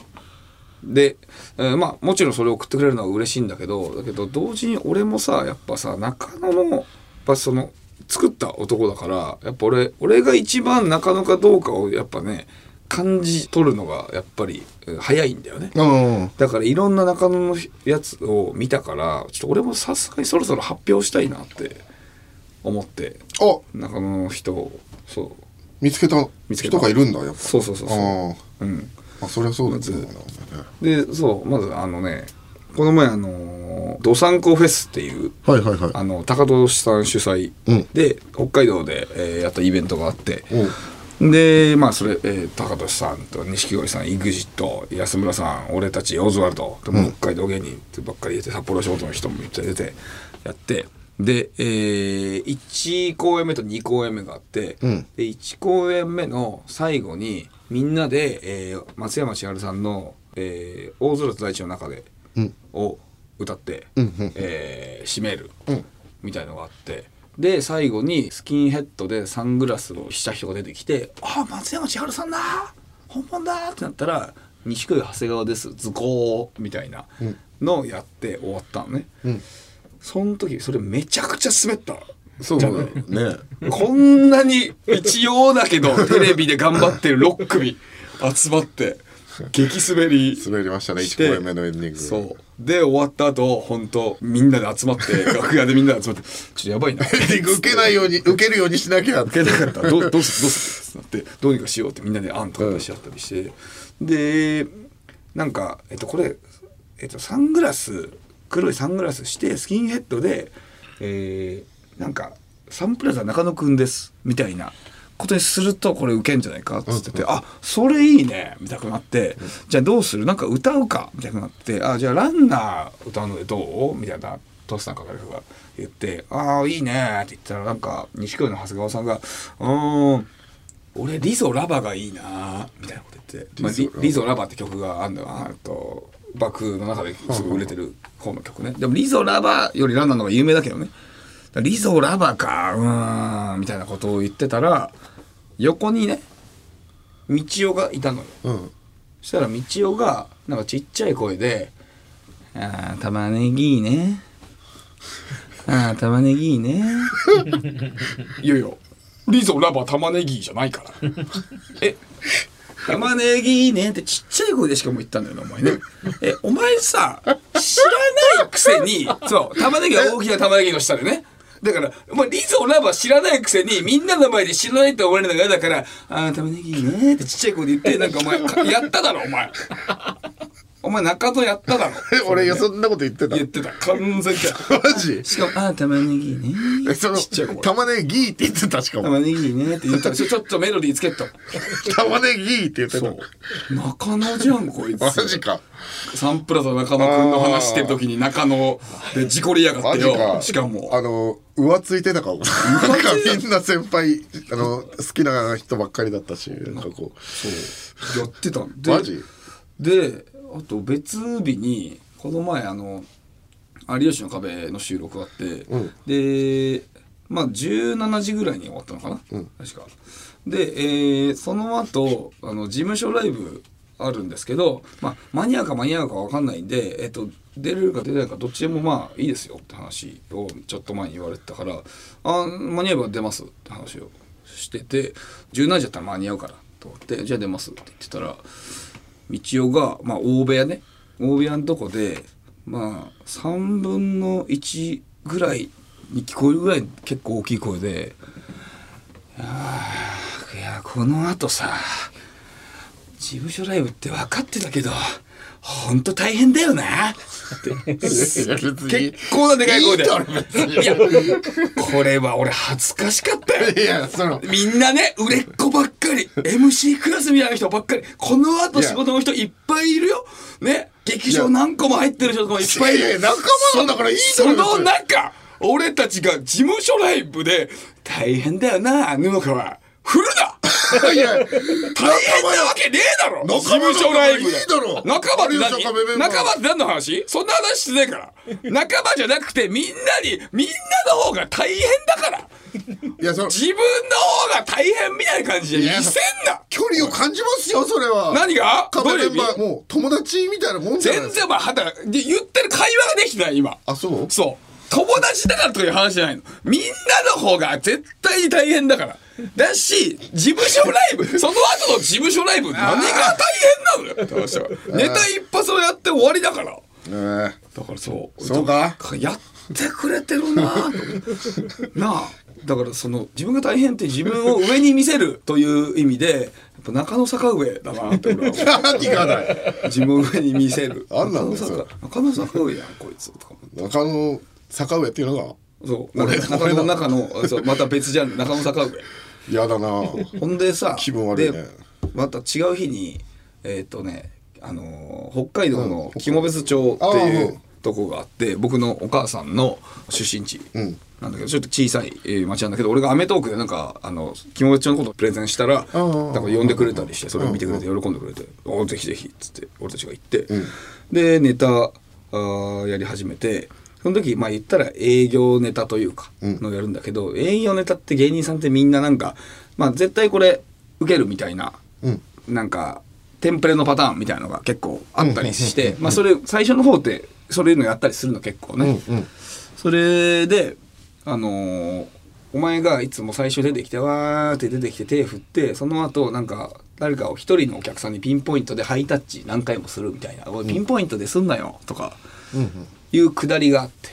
で、えーまあもちろんそれを送ってくれるのは嬉しいんだけどだけど同時に俺もさやっぱさ中野のやっぱその作った男だからやっぱ俺俺が一番中野かどうかをやっぱね感じ取るのがやっぱりえー早いんだよね。うん。だからいろんな中野のやつを見たからちょっと俺もさすがにそろそろ発表したいなって思ってあ、中野の人をそう見つけた見つけた人がいるんだ、やっぱ。そうそうそうそうあうんあ。あ、そりゃそうだと思うな。でそうまずあのねこの前あのどさんこフェスっていうはいはいはあの高戸さん主催うんで、北海道で、えーやったイベントがあっておうでまあそれ、えー高戸さんと錦鯉さん EXIT 安村さん俺たちオズワルドでも北海道芸人ってばっかり出て札幌仕事の人もめっちゃ出てやってで、え1公演目と2公演目があって、んで1公演目の最後にみんなで、えー松山千春さんの「えー大空と大地の中で」を歌って、えー締める。みたいのがあってで最後にスキンヘッドでサングラスをした人が出てきて「あ松山千春さんだ本物だ!」ってなったら「錦鯉長谷川です図工」みたいなのをやって終わったのね、その時それめちゃくちゃ滑ったい。そうだね。こんなに一応 だけどテレビで頑張ってる6組集まって激滑り滑りましたね、し1て公演目のエンディング。そうで終わった後本当みんなで集まって楽屋でみんなで集まってちょっとやばい なエンディング 受けないように、受けるようにしなきゃ。受けなかったらどう どうすどうするってなってどうにかしようってみんなで案とか出し合ったりして、でなんか、えっと、これ、えっと、サングラス黒いサングラスしてスキンヘッドで、えーなんか「サンプラザ中野くんです」みたいな。ことにするとこれウケんじゃないかっつってて「あそれいいね」みたいになって「じゃあどうするなんか歌うか」みたいになって「あじゃあランナー歌うのでどう?」みたいになっトスさんかかる人が言って「ああいいね」って言ったらなんか錦鯉の長谷川さんが「うーん俺リゾラバがいいな」みたいなこと言って「まあ、リリゾラバ」って曲があるんだよなと。バクの中ですごい売れてる方の曲ねでもリゾラバよりランナーの方が有名だけどねリゾラバかうーんみたいなことを言ってたら横にね道夫がいたのよ、そしたら道夫がなんかちっちゃい声で「あー玉ねぎいいね」あー玉ねぎいいね いやいやリゾラバ玉ねぎじゃないから え玉ねぎいいねってちっちゃい声でしかも言ったんだよねお前ねえお前さ知らないくせにそう玉ねぎは大きな玉ねぎの下でねだから、お前、リゾラバ知らないくせに、みんなの前で知らないって思われるのが嫌だから、あー玉ねぎいいねってちっちゃい声で言って、なんかお前、かやっただろ、お前。お前、中戸やった だろ。 俺よそんなこと言ってた言ってた。完全に。マジ しかも、あー玉ねぎいい ね。えそのちっちゃい声。玉ねぎって言ってたしかも玉ねぎいいねって言ったら、 ちょちょっとメロディーつけっと。玉ねぎって言ってそたう。中野じゃん、こいつ。マジかサンプラザ中野くんの話してる時に中野で事故りやがっマてジよ。かしかも。あの浮ついてた かもなんかみんな先輩あの好きな人ばっかりだったしなんかこそうやってたんうでマジであと別日にこの前あの「有吉の壁」の収録があって、でまあ17時ぐらいに終わったのかな、確かで、えーその後あの事務所ライブあるんですけど、まあ、間に合うか間に合うか分かんないんで、えっと出れるか出れないかどっちでもまあいいですよって話をちょっと前に言われてたから「あ間に合えば出ます」って話をしてて17時だったら間に合うからと思って「じゃあ出ます」って言ってたら道夫が、まあ、大部屋ね大部屋のとこでまあ3分の1ぐらいに聞こえるぐらい結構大きい声で「いやーいやこのあとさ事務所ライブって分かってたけどほんと大変だ よな」っていや別に結構なでかい声でいいだろ別にいやこれは俺恥ずかしかったよいやそのみんなね、売れっ子ばっかり、MC クラスみたいな人ばっかり、この後仕事の人いっぱいいるよ。ね、劇場何個も入ってる人とかいっぱいいいやいるや。仲間なんだからいいだそろ別にの中、俺たちが事務所ライブで、大変だよな、布川。振るないや大変なわけねえだろ事仲間務所ライブでいいだろ仲間って有何吉の壁メンバー仲間って何の話そんな話してないから。仲間じゃなくて、みんなに、みんなの方が大変だからいやその自分の方が大変みたいな感じで見せんな距離を感じますよそれは何が壁メンバどういう意ー味もう友達みたいなもんじゃない全ですか然お前肌で言ってる会話ができてない今あそうそう友達だからという話じゃないのみんなの方が絶対に大変だからだし事務所ラ イブその後の事務所ライブ何が大変なのよって話はネタ一発をやって終わりだからねだからそうそうかやってくれてるな ぁと思ってなあだからその自分が大変って自分を上に見せるという意味でやっぱ中野坂上だなって俺は思うえ 何がだよ自分を上に見せるあんなん中野ですよ坂中野坂上やんこいつとかも中野坂上っていうのがそう俺中野の中のそうまた別ジャンル中野坂上嫌だ なほんでさ気分悪いねでまた違う日にえーっ、とね、あのー北海道の肝別町っていあーううんとこがあって僕のお母さんの出身地なんだけどちょっと小さいえー町なんだけど俺が『アメトーク』でなんかあの肝別町のことをプレゼンしたらだから呼んでくれたりしてそれを見てくれて喜んでくれて「おーぜひぜひ」っつって俺たちが行ってでネタあーやり始めて。その時まあ言ったら営業ネタというかのをやるんだけど、営業ネタって芸人さんってみんななんかまあ絶対これ受けるみたいななんかテンプレのパターンみたいなのが結構あったりして、まあそれ最初の方ってそういうのやったりするの結構ね、それであのーお前がいつも最初出てきてわーって出てきて手振ってその後なんか誰かを一人のお客さんにピンポイントでハイタッチ何回もするみたいな「おいピンポイントですんなよ」とかいうくだりがあって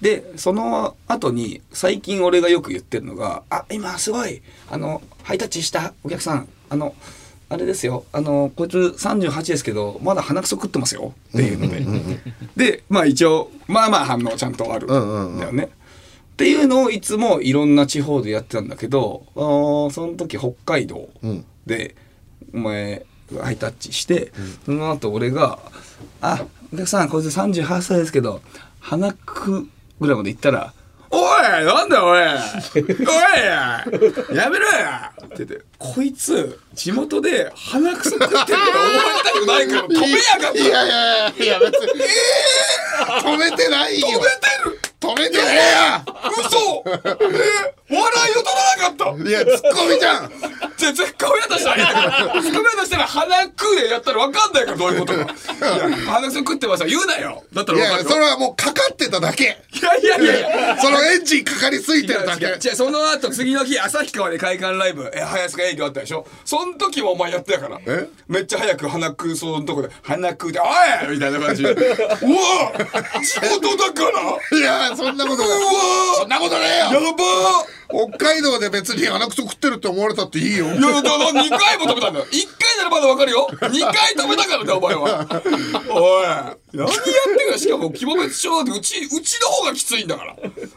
でその後に最近俺がよく言ってるのが「あ今すごいあのハイタッチしたお客さんあのあれですよあのこいつ38ですけどまだ鼻くそ食ってますよ」っていうので、でまあ一応まあまあ反応ちゃんとあるんだよね。っていうのをいつもいろんな地方でやってたんだけどあーその時北海道で、お前がハイタッチして、その後俺が「あお客さんこいつ38歳ですけど鼻くぐらいまで行ったら「おいなんだよおいおいやめろよ!」って言って「こいつ地元で鼻くそ食ってるのが思われたくないから止めやがっいたやいやいや別に、止めてないよ止めてる止めてね嘘え笑いを取らなかったえやいやツッコミじゃん全然顔やとしたらいいんだけど顔やとしたら鼻くうでやったら分かんないからどういうことかいや鼻くそ食ってました言うなよだったいらや分かそるれよはもうかかってただけいやいやいやいやそのエンジンかかりすぎてるだけ違う違う違うその後次の日旭川で開館ライブえ早塚営業あったでしょその時もお前やってたからえめっちゃ早く鼻くそのとこで鼻くうで「おい!」みたいな感じで「うわ地元だからいやそんなことがうわそんなことねえやよばー!」北海道で別に鼻くそ食ってるって思われたっていいよいや、だから2回も止めたんだよ。1回ならまだわかるよ。2回止めたからね、お前は。おい。何やってんだしかも、肝別症だって、うち、うちの方がきついんだから。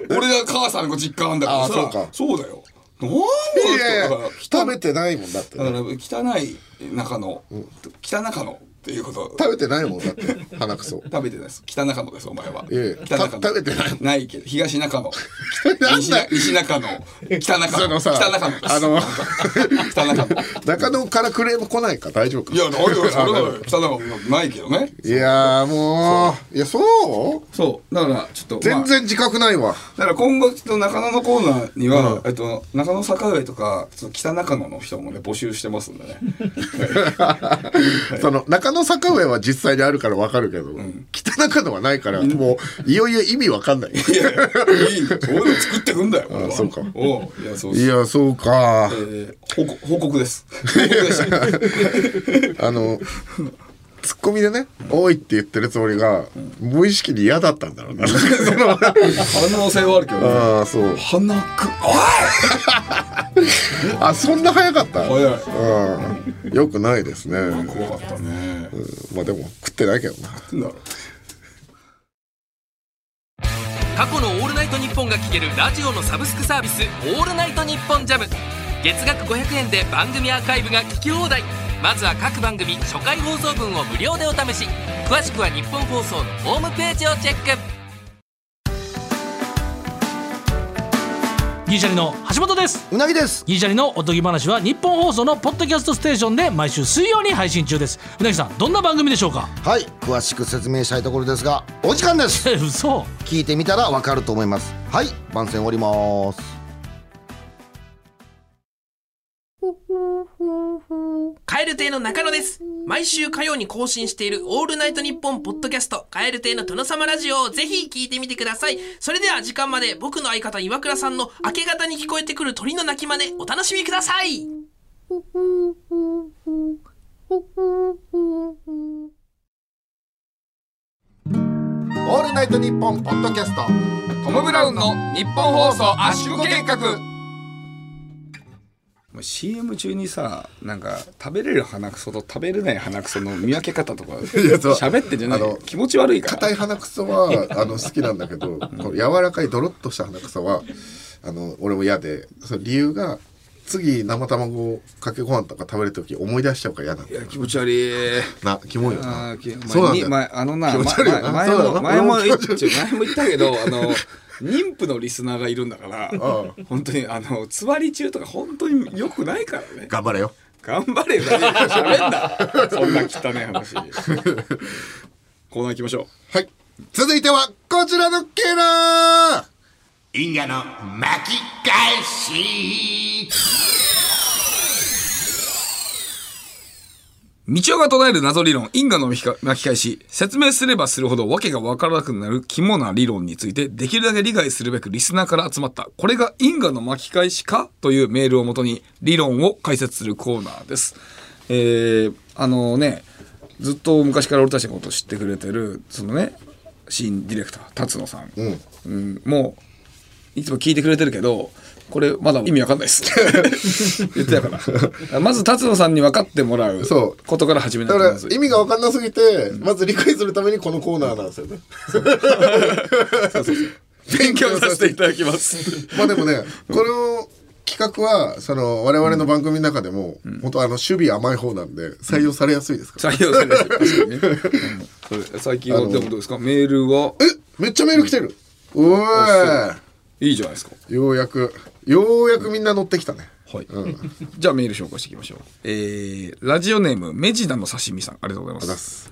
俺が母さんの実家あんだからさ。あそうかそうだよ。なんいやいやだよ。食べてないもんだってだから、汚い中の、汚中のっていうこと。食べてないもんだって鼻くそ食べ てないです。北中野です、お前は。ええ北中野た食べてないないけど、東中野。 なん西だな西中野。北中そ野。のさ北中野です。あの北中野。中野からクレーム来ないか大丈夫かいや、 ないよ、それは北中もないけどね。いやーもういやそうそう、だから、ちょっと、全まあ然自覚ないわだから今後、ちょっと中野のコーナーには、えっと、中野坂上とか、ちょっと北中野の人もね、募集してますん でね。その中野坂上は実際にあるからわかるけど、北中野はないからもういよいよ意味わかんない いやいや、いいよ、そういうの作ってくんだよ、俺はそうかおういや、そういやそうかえー報告報告 です。報告でした あのツッコミでね「おい」って言ってるつもりが無意識に嫌だったんだろ うなその可能性はあるけどね。ああそう鼻く、おあそんな早かったい早い。うんよくないですね怖かったね。まあでも食ってないけどななんだろう。過去の「オールナイトニッポン」が聴けるラジオのサブスクサービス「オールナイトニッポンジャム月額500円で番組アーカイブが聞き放題まずは各番組初回放送分を無料でお試し詳しくは日本放送のホームページをチェックギリシャリの橋本ですうなぎですギリシャリのおとぎ話は日本放送のポッドキャストステーションで毎週水曜に配信中ですうなぎさんどんな番組でしょうかはい詳しく説明したいところですがお時間ですえ嘘聞いてみたらわかると思いますはい番宣終わります蛙亭の中野です毎週火曜に更新している「オールナイトニッポン」ポッドキャスト「蛙亭の殿様ラジオ」をぜひ聞いてみてくださいそれでは時間まで僕の相方岩倉さんの明け方に聞こえてくる鳥の鳴き真似お楽しみください「オールナイトニッポン」ポッドキャストトム・ブラウンの日本放送圧縮計画 CM 中にさなんか食べれる鼻くそと食べれない鼻くその見分け 方とかそう喋ってんじゃないあの気持ち悪いから硬い鼻くそ はあの好きなんだけどこの柔らかいドロッとした鼻くそはあの俺も嫌でその理由が次生卵かけご飯とか食べるとき思い出しちゃうから嫌なんだよ気持ち悪いなキモいよあなーき前そうなんだによ前あのな気持ち悪いよな前そうだよもな 前も俺言もっ気持ちち前も言ったけどあの妊婦のリスナーがいるんだから本当にあのつわり中とか本当によくないからね頑張れよ頑張れよ喋んなそんな汚い話コーナー行きましょうはい続いてはこちらのケーナー因果の巻き返し道夫が唱える謎理論、因果の巻き返し、説明すればするほど訳が分からなくなる肝な理論について、できるだけ理解するべくリスナーから集まった、これが因果の巻き返しかというメールをもとに、理論を解説するコーナーです。えー、あのね、ずっと昔から俺たちのことを知ってくれてる、そのね、新ディレクター、達野さん。うん。もう、いつも聞いてくれてるけど、これまだ意味わかんないです。 言ってたから。まず達野さんに分かってもらう。そうことから始めなだいとかまらずい意味が分かんなすぎてまず理解するためにこのコーナーなんです よね勉強させていただきます。まあでもね、この企画は、その、我々の番組の中でも、本当あの、守備甘い方なんで、採用されやすいですから。採用されますよね。うんそれ最近はでもどうですかメールは。えめっちゃメール来てるおいいいじゃないですかようやくようやくみんな乗ってきたねはい、じゃあメール紹介していきましょうえー、ラジオネームメジダの刺身さんありがとうございます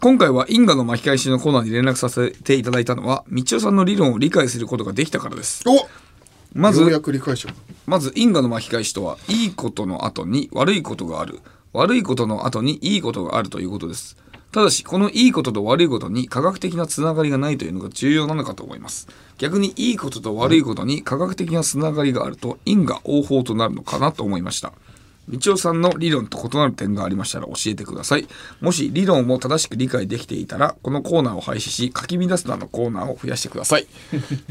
今回は因果の巻き返しのコーナーに連絡させていただいたのは道夫さんの理論を理解することができたからですおまずようやく理解しよまず因果の巻き返しとはいいことの後に悪いことがある悪いことの後にいいことがあるということですただしこのいいことと悪いことに科学的なつながりがないというのが重要なのかと思います逆にいいことと悪いことに科学的なつながりがあると因果応報となるのかなと思いました道夫さんの理論と異なる点がありましたら教えてくださいもし理論を正しく理解できていたらこのコーナーを廃止し書き乱すなのコーナーを増やしてください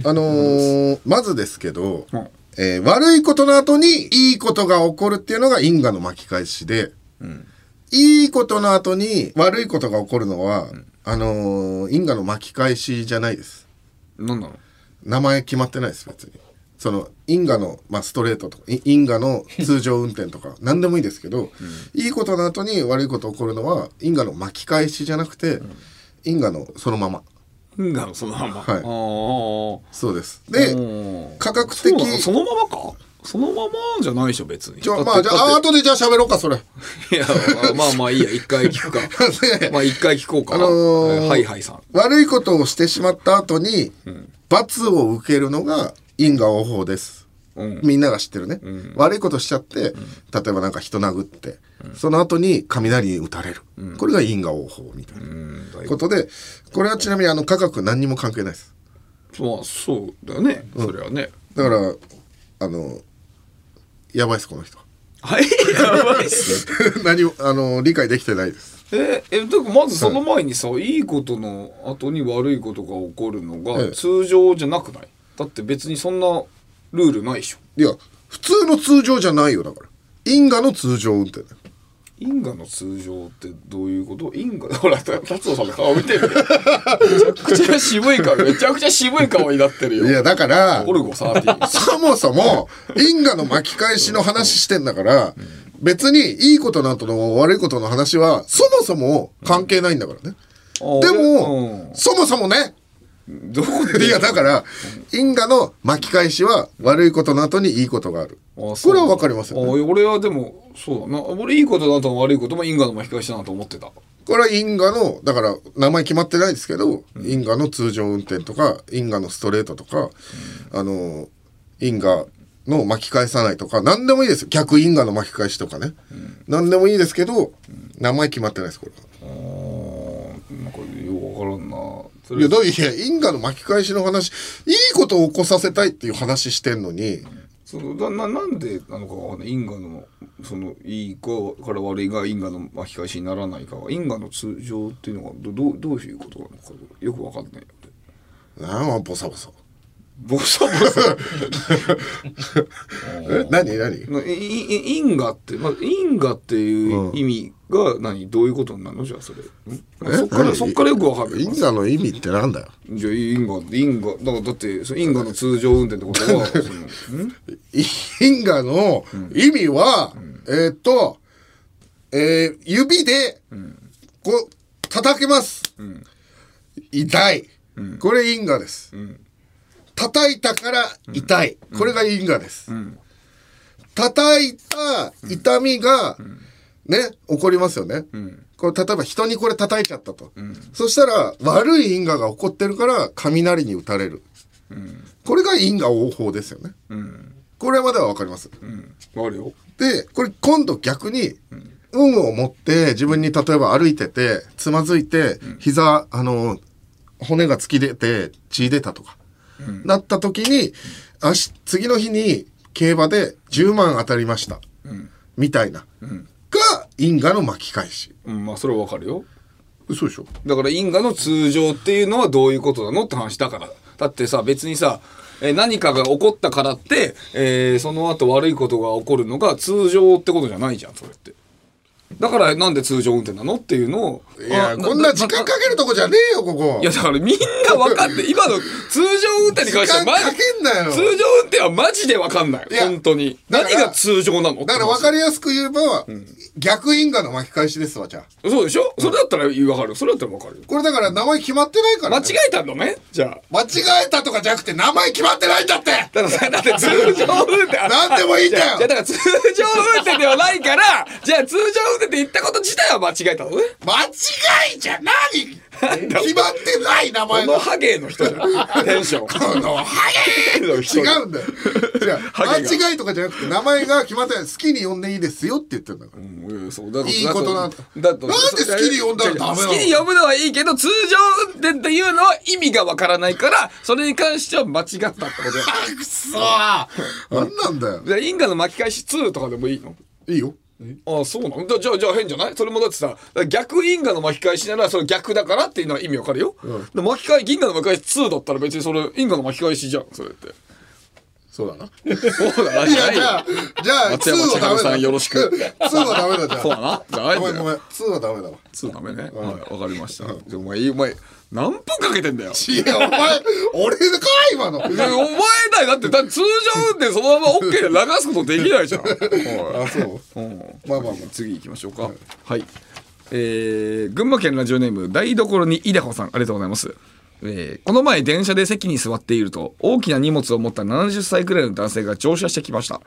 うあのーまずですけど、えー悪いことの後にいいことが起こるっていうのが因果の巻き返しで、いいことの後に悪いことが起こるのは、あのー因果の巻き返しじゃないです何なの名前決まってないです別にその因果の、まあ、ストレートとかい因果 の通常運転とか何でもいいですけど、いいことの後に悪いこと起こるのは因果の巻き返しじゃなくて、因果のそのまま因果のそのままはいあそうですで科学的あそのままかそのままじゃないでしょ別にじゃあまあじゃあ後でじゃあ喋ろうかそれいやまあまあまあいいや一回聞くか まあ一回聞こうか、あのーはいはいさん悪いことをしてしまった後に、罰を受けるのが因果応報です、うんみんなが知ってるね、悪いことしちゃって、例えばなんか人殴って、その後に雷に打たれる、これが因果応報みたいなことでこれはちなみにあの科学何にも関係ないですまあそうだよね、それはねだからあのやばいですこの 人はいや ばいっすね何もあの理解できてないですええだからまずその前にさ、い、いことの後に悪いことが起こるのえがえ通常じゃなくないだって別にそんなルールないでしょいや普通の通常じゃないよだから因果の通常運転だよ因果の通常ってどういうこと因果 ほらた達夫さんの顔見てるめちゃくちゃ渋い顔めちゃくちゃ渋い顔になってるよいやだからゴルゴ30そもそも因果の巻き返しの話してんだから、別にいいことなんとの悪いことの話はそもそも関係ないんだからね。 でも、そもそもね、どこでいやだから因果の巻き返しは悪いことの後にいいことがある。これはわかりますよ、ね。あ俺はでもそうだな俺いいことだとも悪いことも因果の巻き返しだなと思ってたこれは因果のだから名前決まってないですけど、因果の通常運転とか因果のストレートとか、あの因果の巻き返さないとか何でもいいですよ逆因果の巻き返しとかね、何でもいいですけど、名前決まってないですこれは。なんかようわからんなそいれやだいや因果の巻き返しの話いいことを起こさせたいっていう話してんのに、そのだななんでなのかわかんない因果のそのいいかから悪いが因果の巻き返しにならないかは因果の通常っていうのがどどうどういうことなのかよくわかんないなんかボサボサ。ボサボサえ何何 ないいい因果って、まあ、因果っていう意味が何どういうことなのじゃあそれんそっから何そっからよくわかんない因果の意味ってなんだよじゃあ因果因果だからだってその因果の通常運転ってこ とはそのん因果の意味は、えーっと、えー指で、こう、叩けます。痛い。これ因果です。叩いたから痛い。これが因果です。叩いた痛みが、ね、起こりますよね。これ例えば人にこれ叩いちゃったと。そしたら悪い因果が起こってるから雷に打たれる。これが因果応報ですよね。これまではわかります。あるよで、これ今度逆に、運を持って自分に例えば歩いてて、つまずいて、膝、あの、骨が突き出て血出たとか、なった時に、明日、次の日に競馬で10万当たりました。みたいな。が、因果の巻き返し。うんまあそれはわかるよ嘘でしょだから因果の通常っていうのはどういうことなのって話だからだってさ別にさえー何かが起こったからって、えーその後悪いことが起こるのが通常ってことじゃないじゃんそれってだからなんで通常運転なのっていうのをいやこんな時間かけるとこじゃねえよここいやだからみんな分かって今の通常運転に関してはま時間かけんなよ通常運転はマジで分かんないいや本当にだから何が通常なのだから分かりやすく言えば、逆因果の巻き返しですわじゃあそうでしょそれだったら分かるそれだったら分かるよこれだから名前決まってないから、間ね、違えたんだねじゃあ間違えたとかじゃなくて名前決まってないんだってだからだって通常運転何でもいいんだよじゃあだから通常運転ではないからじゃあ通常運転で行ったこと自体は間違えたのね間違いじゃない 決まってない名こ前ののハゲの人じゃんテンションこのハゲの 違人だうんだよ違うハゲが間違いとかじゃなくて名前が決まってない好きに呼んでいいですよって言ってるんだからうんうんそうだからいいことなんだだとなんで好きに呼んだらダメなの好きに呼ぶのはいいけど通常運転っていうのは意味がわからないからそれに関しては間違ったってことだあくそーなんなんだよじゃあ因果の巻き返し2とかでもいいのいいよああそうなのじゃあじゃあじゃあ変じゃないそれもだってさ逆因果の巻き返しならそれ逆だからっていうのは意味わかるよ、で巻き返銀河の巻き返し2だったら別にそれ因果の巻き返しじゃんそれってそうだな。そうだないや、じゃあ、じゃあ、松2山は千春ダメさだ。んよろしく2はダメだ、じゃあ。 そうだなじゃあごめんごめん、2はダメだわ。 2ダメね、はいわかりました、じゃあお前いいお前何分かけてんだよいや、お前、俺か、今の。いやお前だよだってだって通常運転そのまま OK で流すことできないじゃんはい あ、そう。うんまあまあまあ。次行きましょうかはい、えー群馬県ラジオネーム台所にいでこさんありがとうございますえーこの前電車で席に座っていると大きな荷物を持った70歳くらいの男性が乗車してきました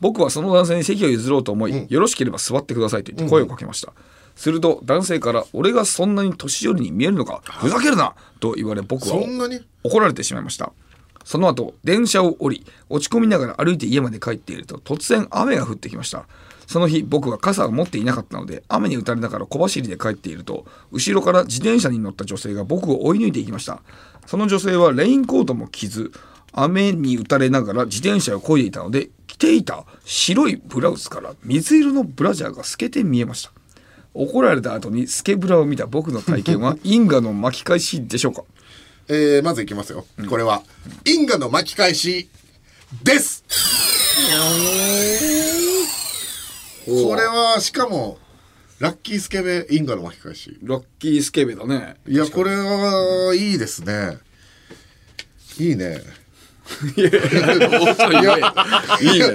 僕はその男性に席を譲ろうと思い、よろしければ座ってくださいと言って声をかけました、すると男性から「俺がそんなに年寄りに見えるのかふざけるな!」と言われ僕はそんなに怒られてしまいましたその後電車を降り落ち込みながら歩いて家まで帰っていると突然雨が降ってきましたその日僕は傘を持っていなかったので雨に打たれながら小走りで帰っていると後ろから自転車に乗った女性が僕を追い抜いていきましたその女性はレインコートも着ず雨に打たれながら自転車を漕いでいたので着ていた白いブラウスから水色のブラジャーが透けて見えました怒られた後にスケブラを見た僕の体験は因果の巻き返しでしょうかえー、まずいきますよ。これは、因果の巻き返しです。これは、しかも、ラッキースケベ因果の巻き返し。ラッキースケベだねいや、これは、いいですね。いいね。いいね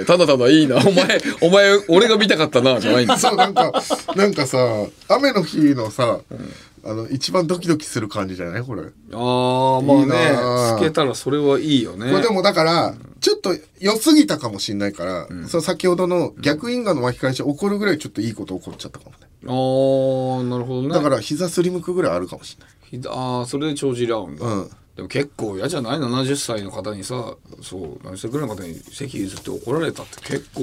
ただただいいなお前お前俺が見たかったなじゃないんだそうなんかなんかさ雨の日のさ、あの一番ドキドキする感じじゃないこれ、あーまいいなあね透けたらそれはいいよねこれでもだからちょっと良すぎたかもしんないから、その先ほどの逆因果の巻き返し起こるぐらいちょっといいこと起こっちゃったかもねあーなるほどねだから膝すりむくぐらいあるかもしんないひだあーそれで帳尻合うんだ、うんでも結構嫌じゃない70歳の方にさそう70歳ぐらいの方に席譲って怒られたって結構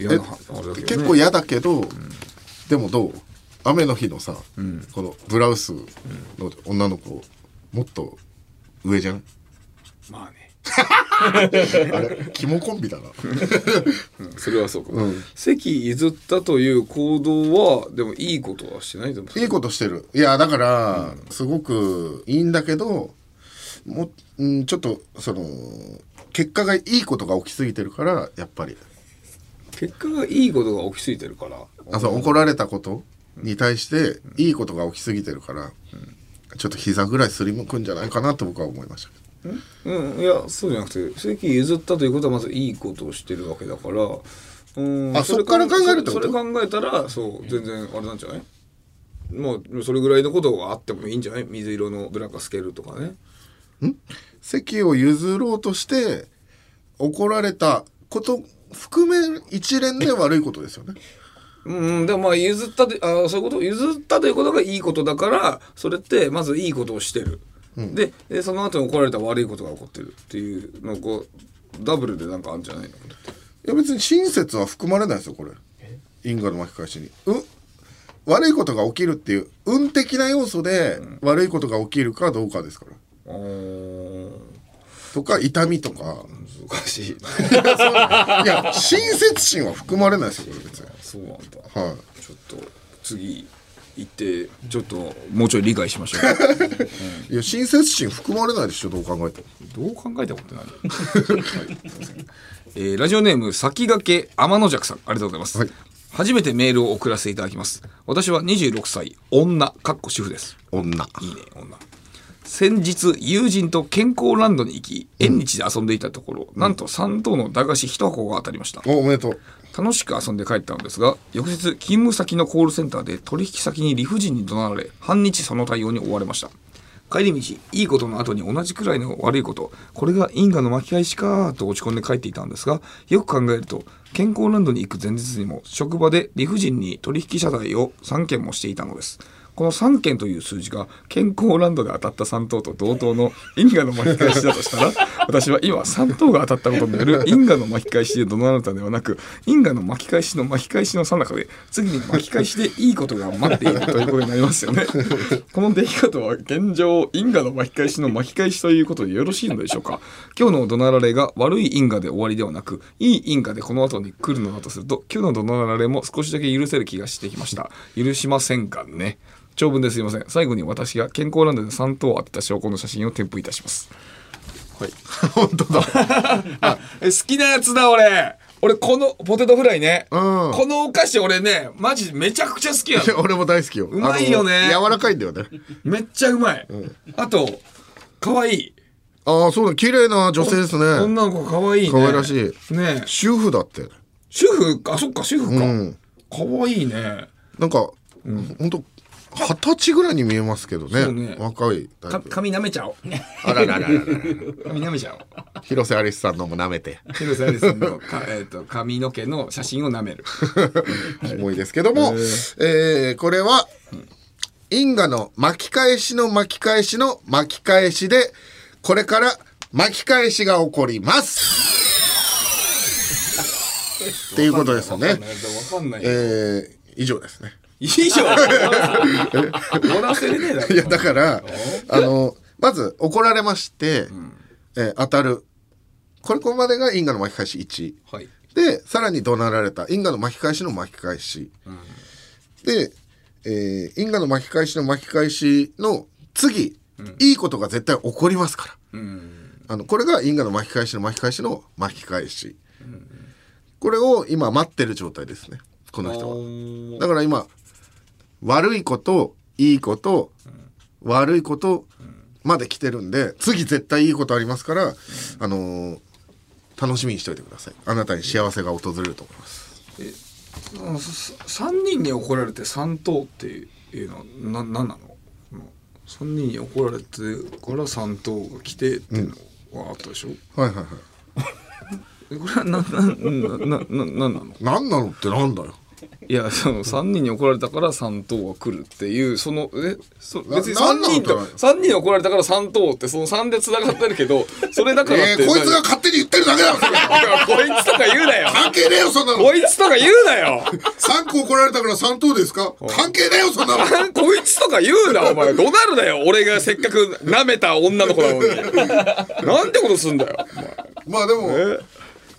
嫌なはあれだけど、ね、結構嫌だけど、でもどう雨の日のさ、このブラウスの女の子もっと上じゃんまあねあれ肝コンビだなそれはそうか、席譲ったという行動はでもいいことはしてないと思ういいことしてる。いや、だから、すごくいいんだけど、もう、うん、ちょっと、その、結果がいいことが起きすぎてるから、やっぱり。結果がいいことが起きすぎてるからあそう怒られたことに対して、いいことが起きすぎてるから、ちょっと膝ぐらいすりむくんじゃないかなと僕は思いましたけど。うん、いやそうじゃなくて席譲ったということはまずいいことをしてるわけだからうんあれそっから考えるってことそれそれ考えたらそう全然あれなんじゃないまあそれぐらいのことがあってもいいんじゃない水色のブラックスケールとかね席を譲ろうとして、怒られたこと含め、一連で悪いことですよね。うんでもまあ譲ったであそういうこと譲ったということがいいことだからそれってまずいいことをしてる、ででその後に怒られた悪いことが起こってるっていうのをこうダブルでなんかあるんじゃないのこれっていや別に親切は含まれないですよこれ因果の巻き返しにう悪いことが起きるっていう運的な要素で悪いことが起きるかどうかですからあーとか痛みとか難しいないや親切心は含まれないですよこれ別にそうなんだはいちょっと次行ってちょっともうちょい理解しましょういや親切心含まれないでしょどう考えても どう考えた ことない、えーラジオネーム先駆け天の尺さんありがとうございます、初めてメールを送らせていただきます私は26歳女かっこ主婦です女いいね女先日友人と健康ランドに行き縁日で遊んでいたところ、なんと3等の駄菓子1箱が当たりましたおおめでとう楽しく遊んで帰ったのですが翌日勤務先のコールセンターで取引先に理不尽に怒鳴られ半日その対応に追われました帰り道いいことの後に同じくらいの悪いことこれが因果の巻き返しかと落ち込んで帰っていたんですがよく考えると健康ランドに行く前日にも職場で理不尽に取引謝罪を3件もしていたのですこの3件という数字が健康ランドで当たった3等と同等の因果の巻き返しだとしたら 私は今3等が当たったことによる因果の巻き返しで怒鳴られたのではなく因果の巻き返しの巻き返しの最中で次に巻き返しでいいことが待っているということになりますよねこの出来事は現状因果の巻き返しの巻き返しということでよろしいのでしょうか今日の怒鳴られが悪い因果で終わりではなくいい因果でこの後に来るのだとすると今日の怒鳴られも少しだけ許せる気がしてきました許しませんかね長文ですいません最後に私が健康ランドで3等を当てた証拠の写真を添付いたしますはい 本当だ あえ好きなやつだ俺俺このポテトフライね、このお菓子俺ねマジめちゃくちゃ好きやいや 俺も大好きようまいよねあの柔らかいんだよねめっちゃうまい、あと可愛いいああそうだ綺麗な女性ですね女の子可愛いね可愛らしいねえ主婦だって主婦あそっか主婦か、うん可愛いねなんか本当二十歳ぐらいに見えますけどそねうね若いタイかプ髪舐めちゃおうあらららららら 髪舐めちゃおう広瀬アリスさんのも舐めて広瀬アリス のか、えー、と髪の毛の写真を舐める キモいですけども、えーこれは因果の巻き返しの巻き返しの巻き返しでこれから巻き返しが起こり ますっていうことですよねわ。かんないえー以上ですね。 以上終わらせれねえだろいやだからあのまず怒られまして、えー当たるこれここまでが因果の巻き返し1。はいでさらに怒鳴られた因果の巻き返しの巻き返し、で、えー因果の巻き返しの巻き返しの次、いいことが絶対起こりますから、あのこれが因果の巻き返しの巻き返しの巻き返し、これを今待ってる状態ですねこの人はだから今悪いこといいこと、悪いことまで来てるんで次絶対いいことありますから、あのー楽しみにしておいてくださいあなたに幸せが訪れると思いますうんさ3人に怒られて3等っていうのはな何なのうん3人に怒られてから3等が来てっていうのはあったでしょ、はいはいはいえこれはなな ななななんなの何なのってなんだよいやその3人に怒られたから3等が来るっていうそのえそ別にななん3なの人とこれ3人に怒られたから3等ってその3でつながってるけどそれだか らえって、ー、こいつが勝手に言ってるだけだろそれ何こいつとか言うなよ関係ねえよそんなのこいつとか言うなよ3個怒られたから3等ですか関係ねえよそん なのこいつとか言うなお前どなるなよ俺がせっかく舐めた女の子なのになんてことすんだよお前まあでも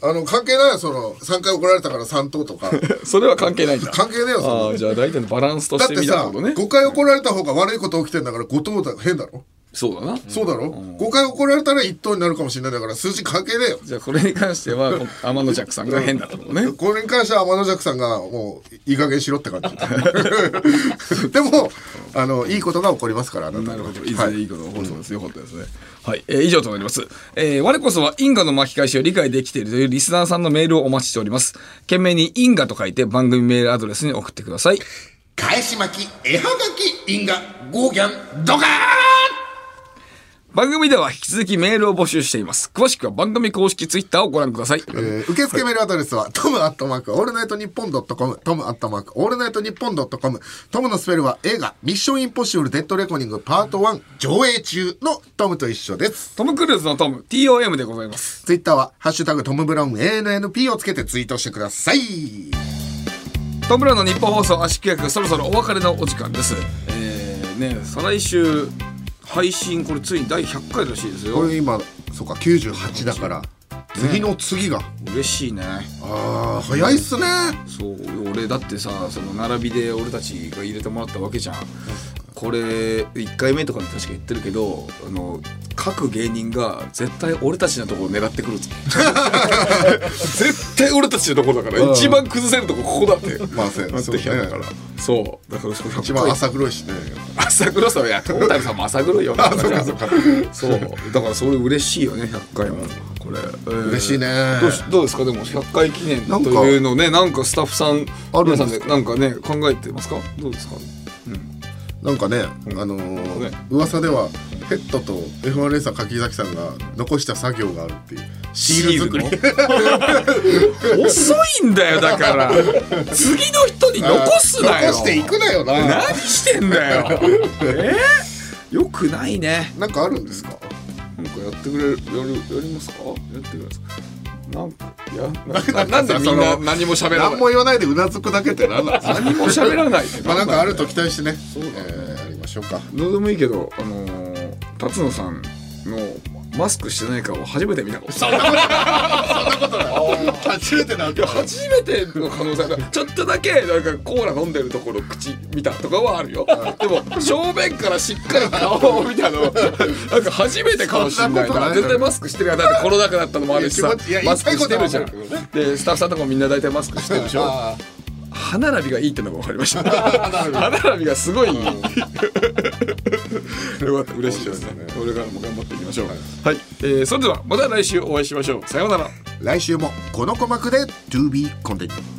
あの関係ないよその3回怒られたから3等とかそれは関係ないんだ関係ねえよそんなあのあじゃあ大体のバランスとだっしててみたさ、ことね5回怒られた方が悪いこと起きてんだから5等だ変だろそうだなそうだろ、5回怒られたら1等になるかもしれないんだから数字関係ねえよじゃあこれに関してはこ天野ジャックさんが変だったのねこれに関しては天野ジャックさんがもういい加減しろって感 じでもあのいいことが起こりますからあなたなるほど。はいいずれいいことが起こるそうです。よかったですね。はい。えー以上となります。えー我こそは因果の巻き返しを理解できているというリスナーさんのメールをお待ちしております。懸命に因果と書いて番組メールアドレスに送ってください。返し巻き、絵はがき、因果、ゴーギャン、ドカーン番組では引き続きメールを募集しています。詳しくは番組公式ツイッターをご覧ください。えー受付メールアドレスは、 トムアットマークオールナイトニッポンドットコム、トムアットマークオールナイトニッポンドットコム、トムのスペルは映画、ミッションインポッシブルデッドレコーニングパート1上映中のトムと一緒です。トム・クルーズのトム、TOM でございます。ツイッターは、ハッシュタグトムブラウン ANNP をつけてツイートしてください。トム・ブラウンの日本放送圧縮役、そろそろお別れのお時間です。えー、ね、再来週、配信、これついに第100回らしいですこよ。れ今、そうか、98だから、次の次が。嬉しいね。ああ、早いっすね。そう俺だってさその並びで俺たちが入れてもらったわけじゃんこれ1回目とかに確か言ってるけどあの各芸人が絶対俺たちのところを狙ってくるぞ 絶対俺たちのところだから一番崩せるとこここだってまあそうやねなってきたんだからそうだからそ一番浅黒いしね朝黒さは、いや、トータルさんも朝黒いよ。だからそうだから、それ嬉しいよね、100回も。これ、嬉しいねどうし、どうですか、でも、100回記念というのをね、なんかスタッフさん。あるん皆ですかさんで、なんかね、考えてますか。どうですか。なんかね、あのー噂ではヘッドと F1 レーサー柿崎さんが残した作業があるっていうシール作り遅いんだよ、だから。次の人に残すなよ。残していくなよな何してんだよ。えー、よくないね。なんかあるんですか。なんかやってくれる、やる、やりますか。やってください。なんか、いや、な、ななんでみんな何も喋らない。何も言わないでうなずくだけって何なんですか何も喋らないまあなんかあると期待してねえーやりましょうかどうでもいいけど、あのー、辰野さんのマスクしてない顔を初めて見たことそんなことない 初めてなんか初めての可能性 がちょっとだけなんかコーラ飲んでるところ口見たとかはあるよでも正面からしっかり顔を見たの なんか初めてかもしれないそんなことないな絶対マスクしてるやんだってコロナ禍だったのもあるしいさや気持ちいやマスクしてるじゃん言いたいことはでスタッフさんとかもみんな大体マスクしてるでしょ歯並びがいいってのが分かりました歯並びがすごいいい よかった嬉しいですねこれからも頑張っていきましょうはい、えーそれではまた来週お会いしましょうさようなら来週もこの鼓膜で To be continued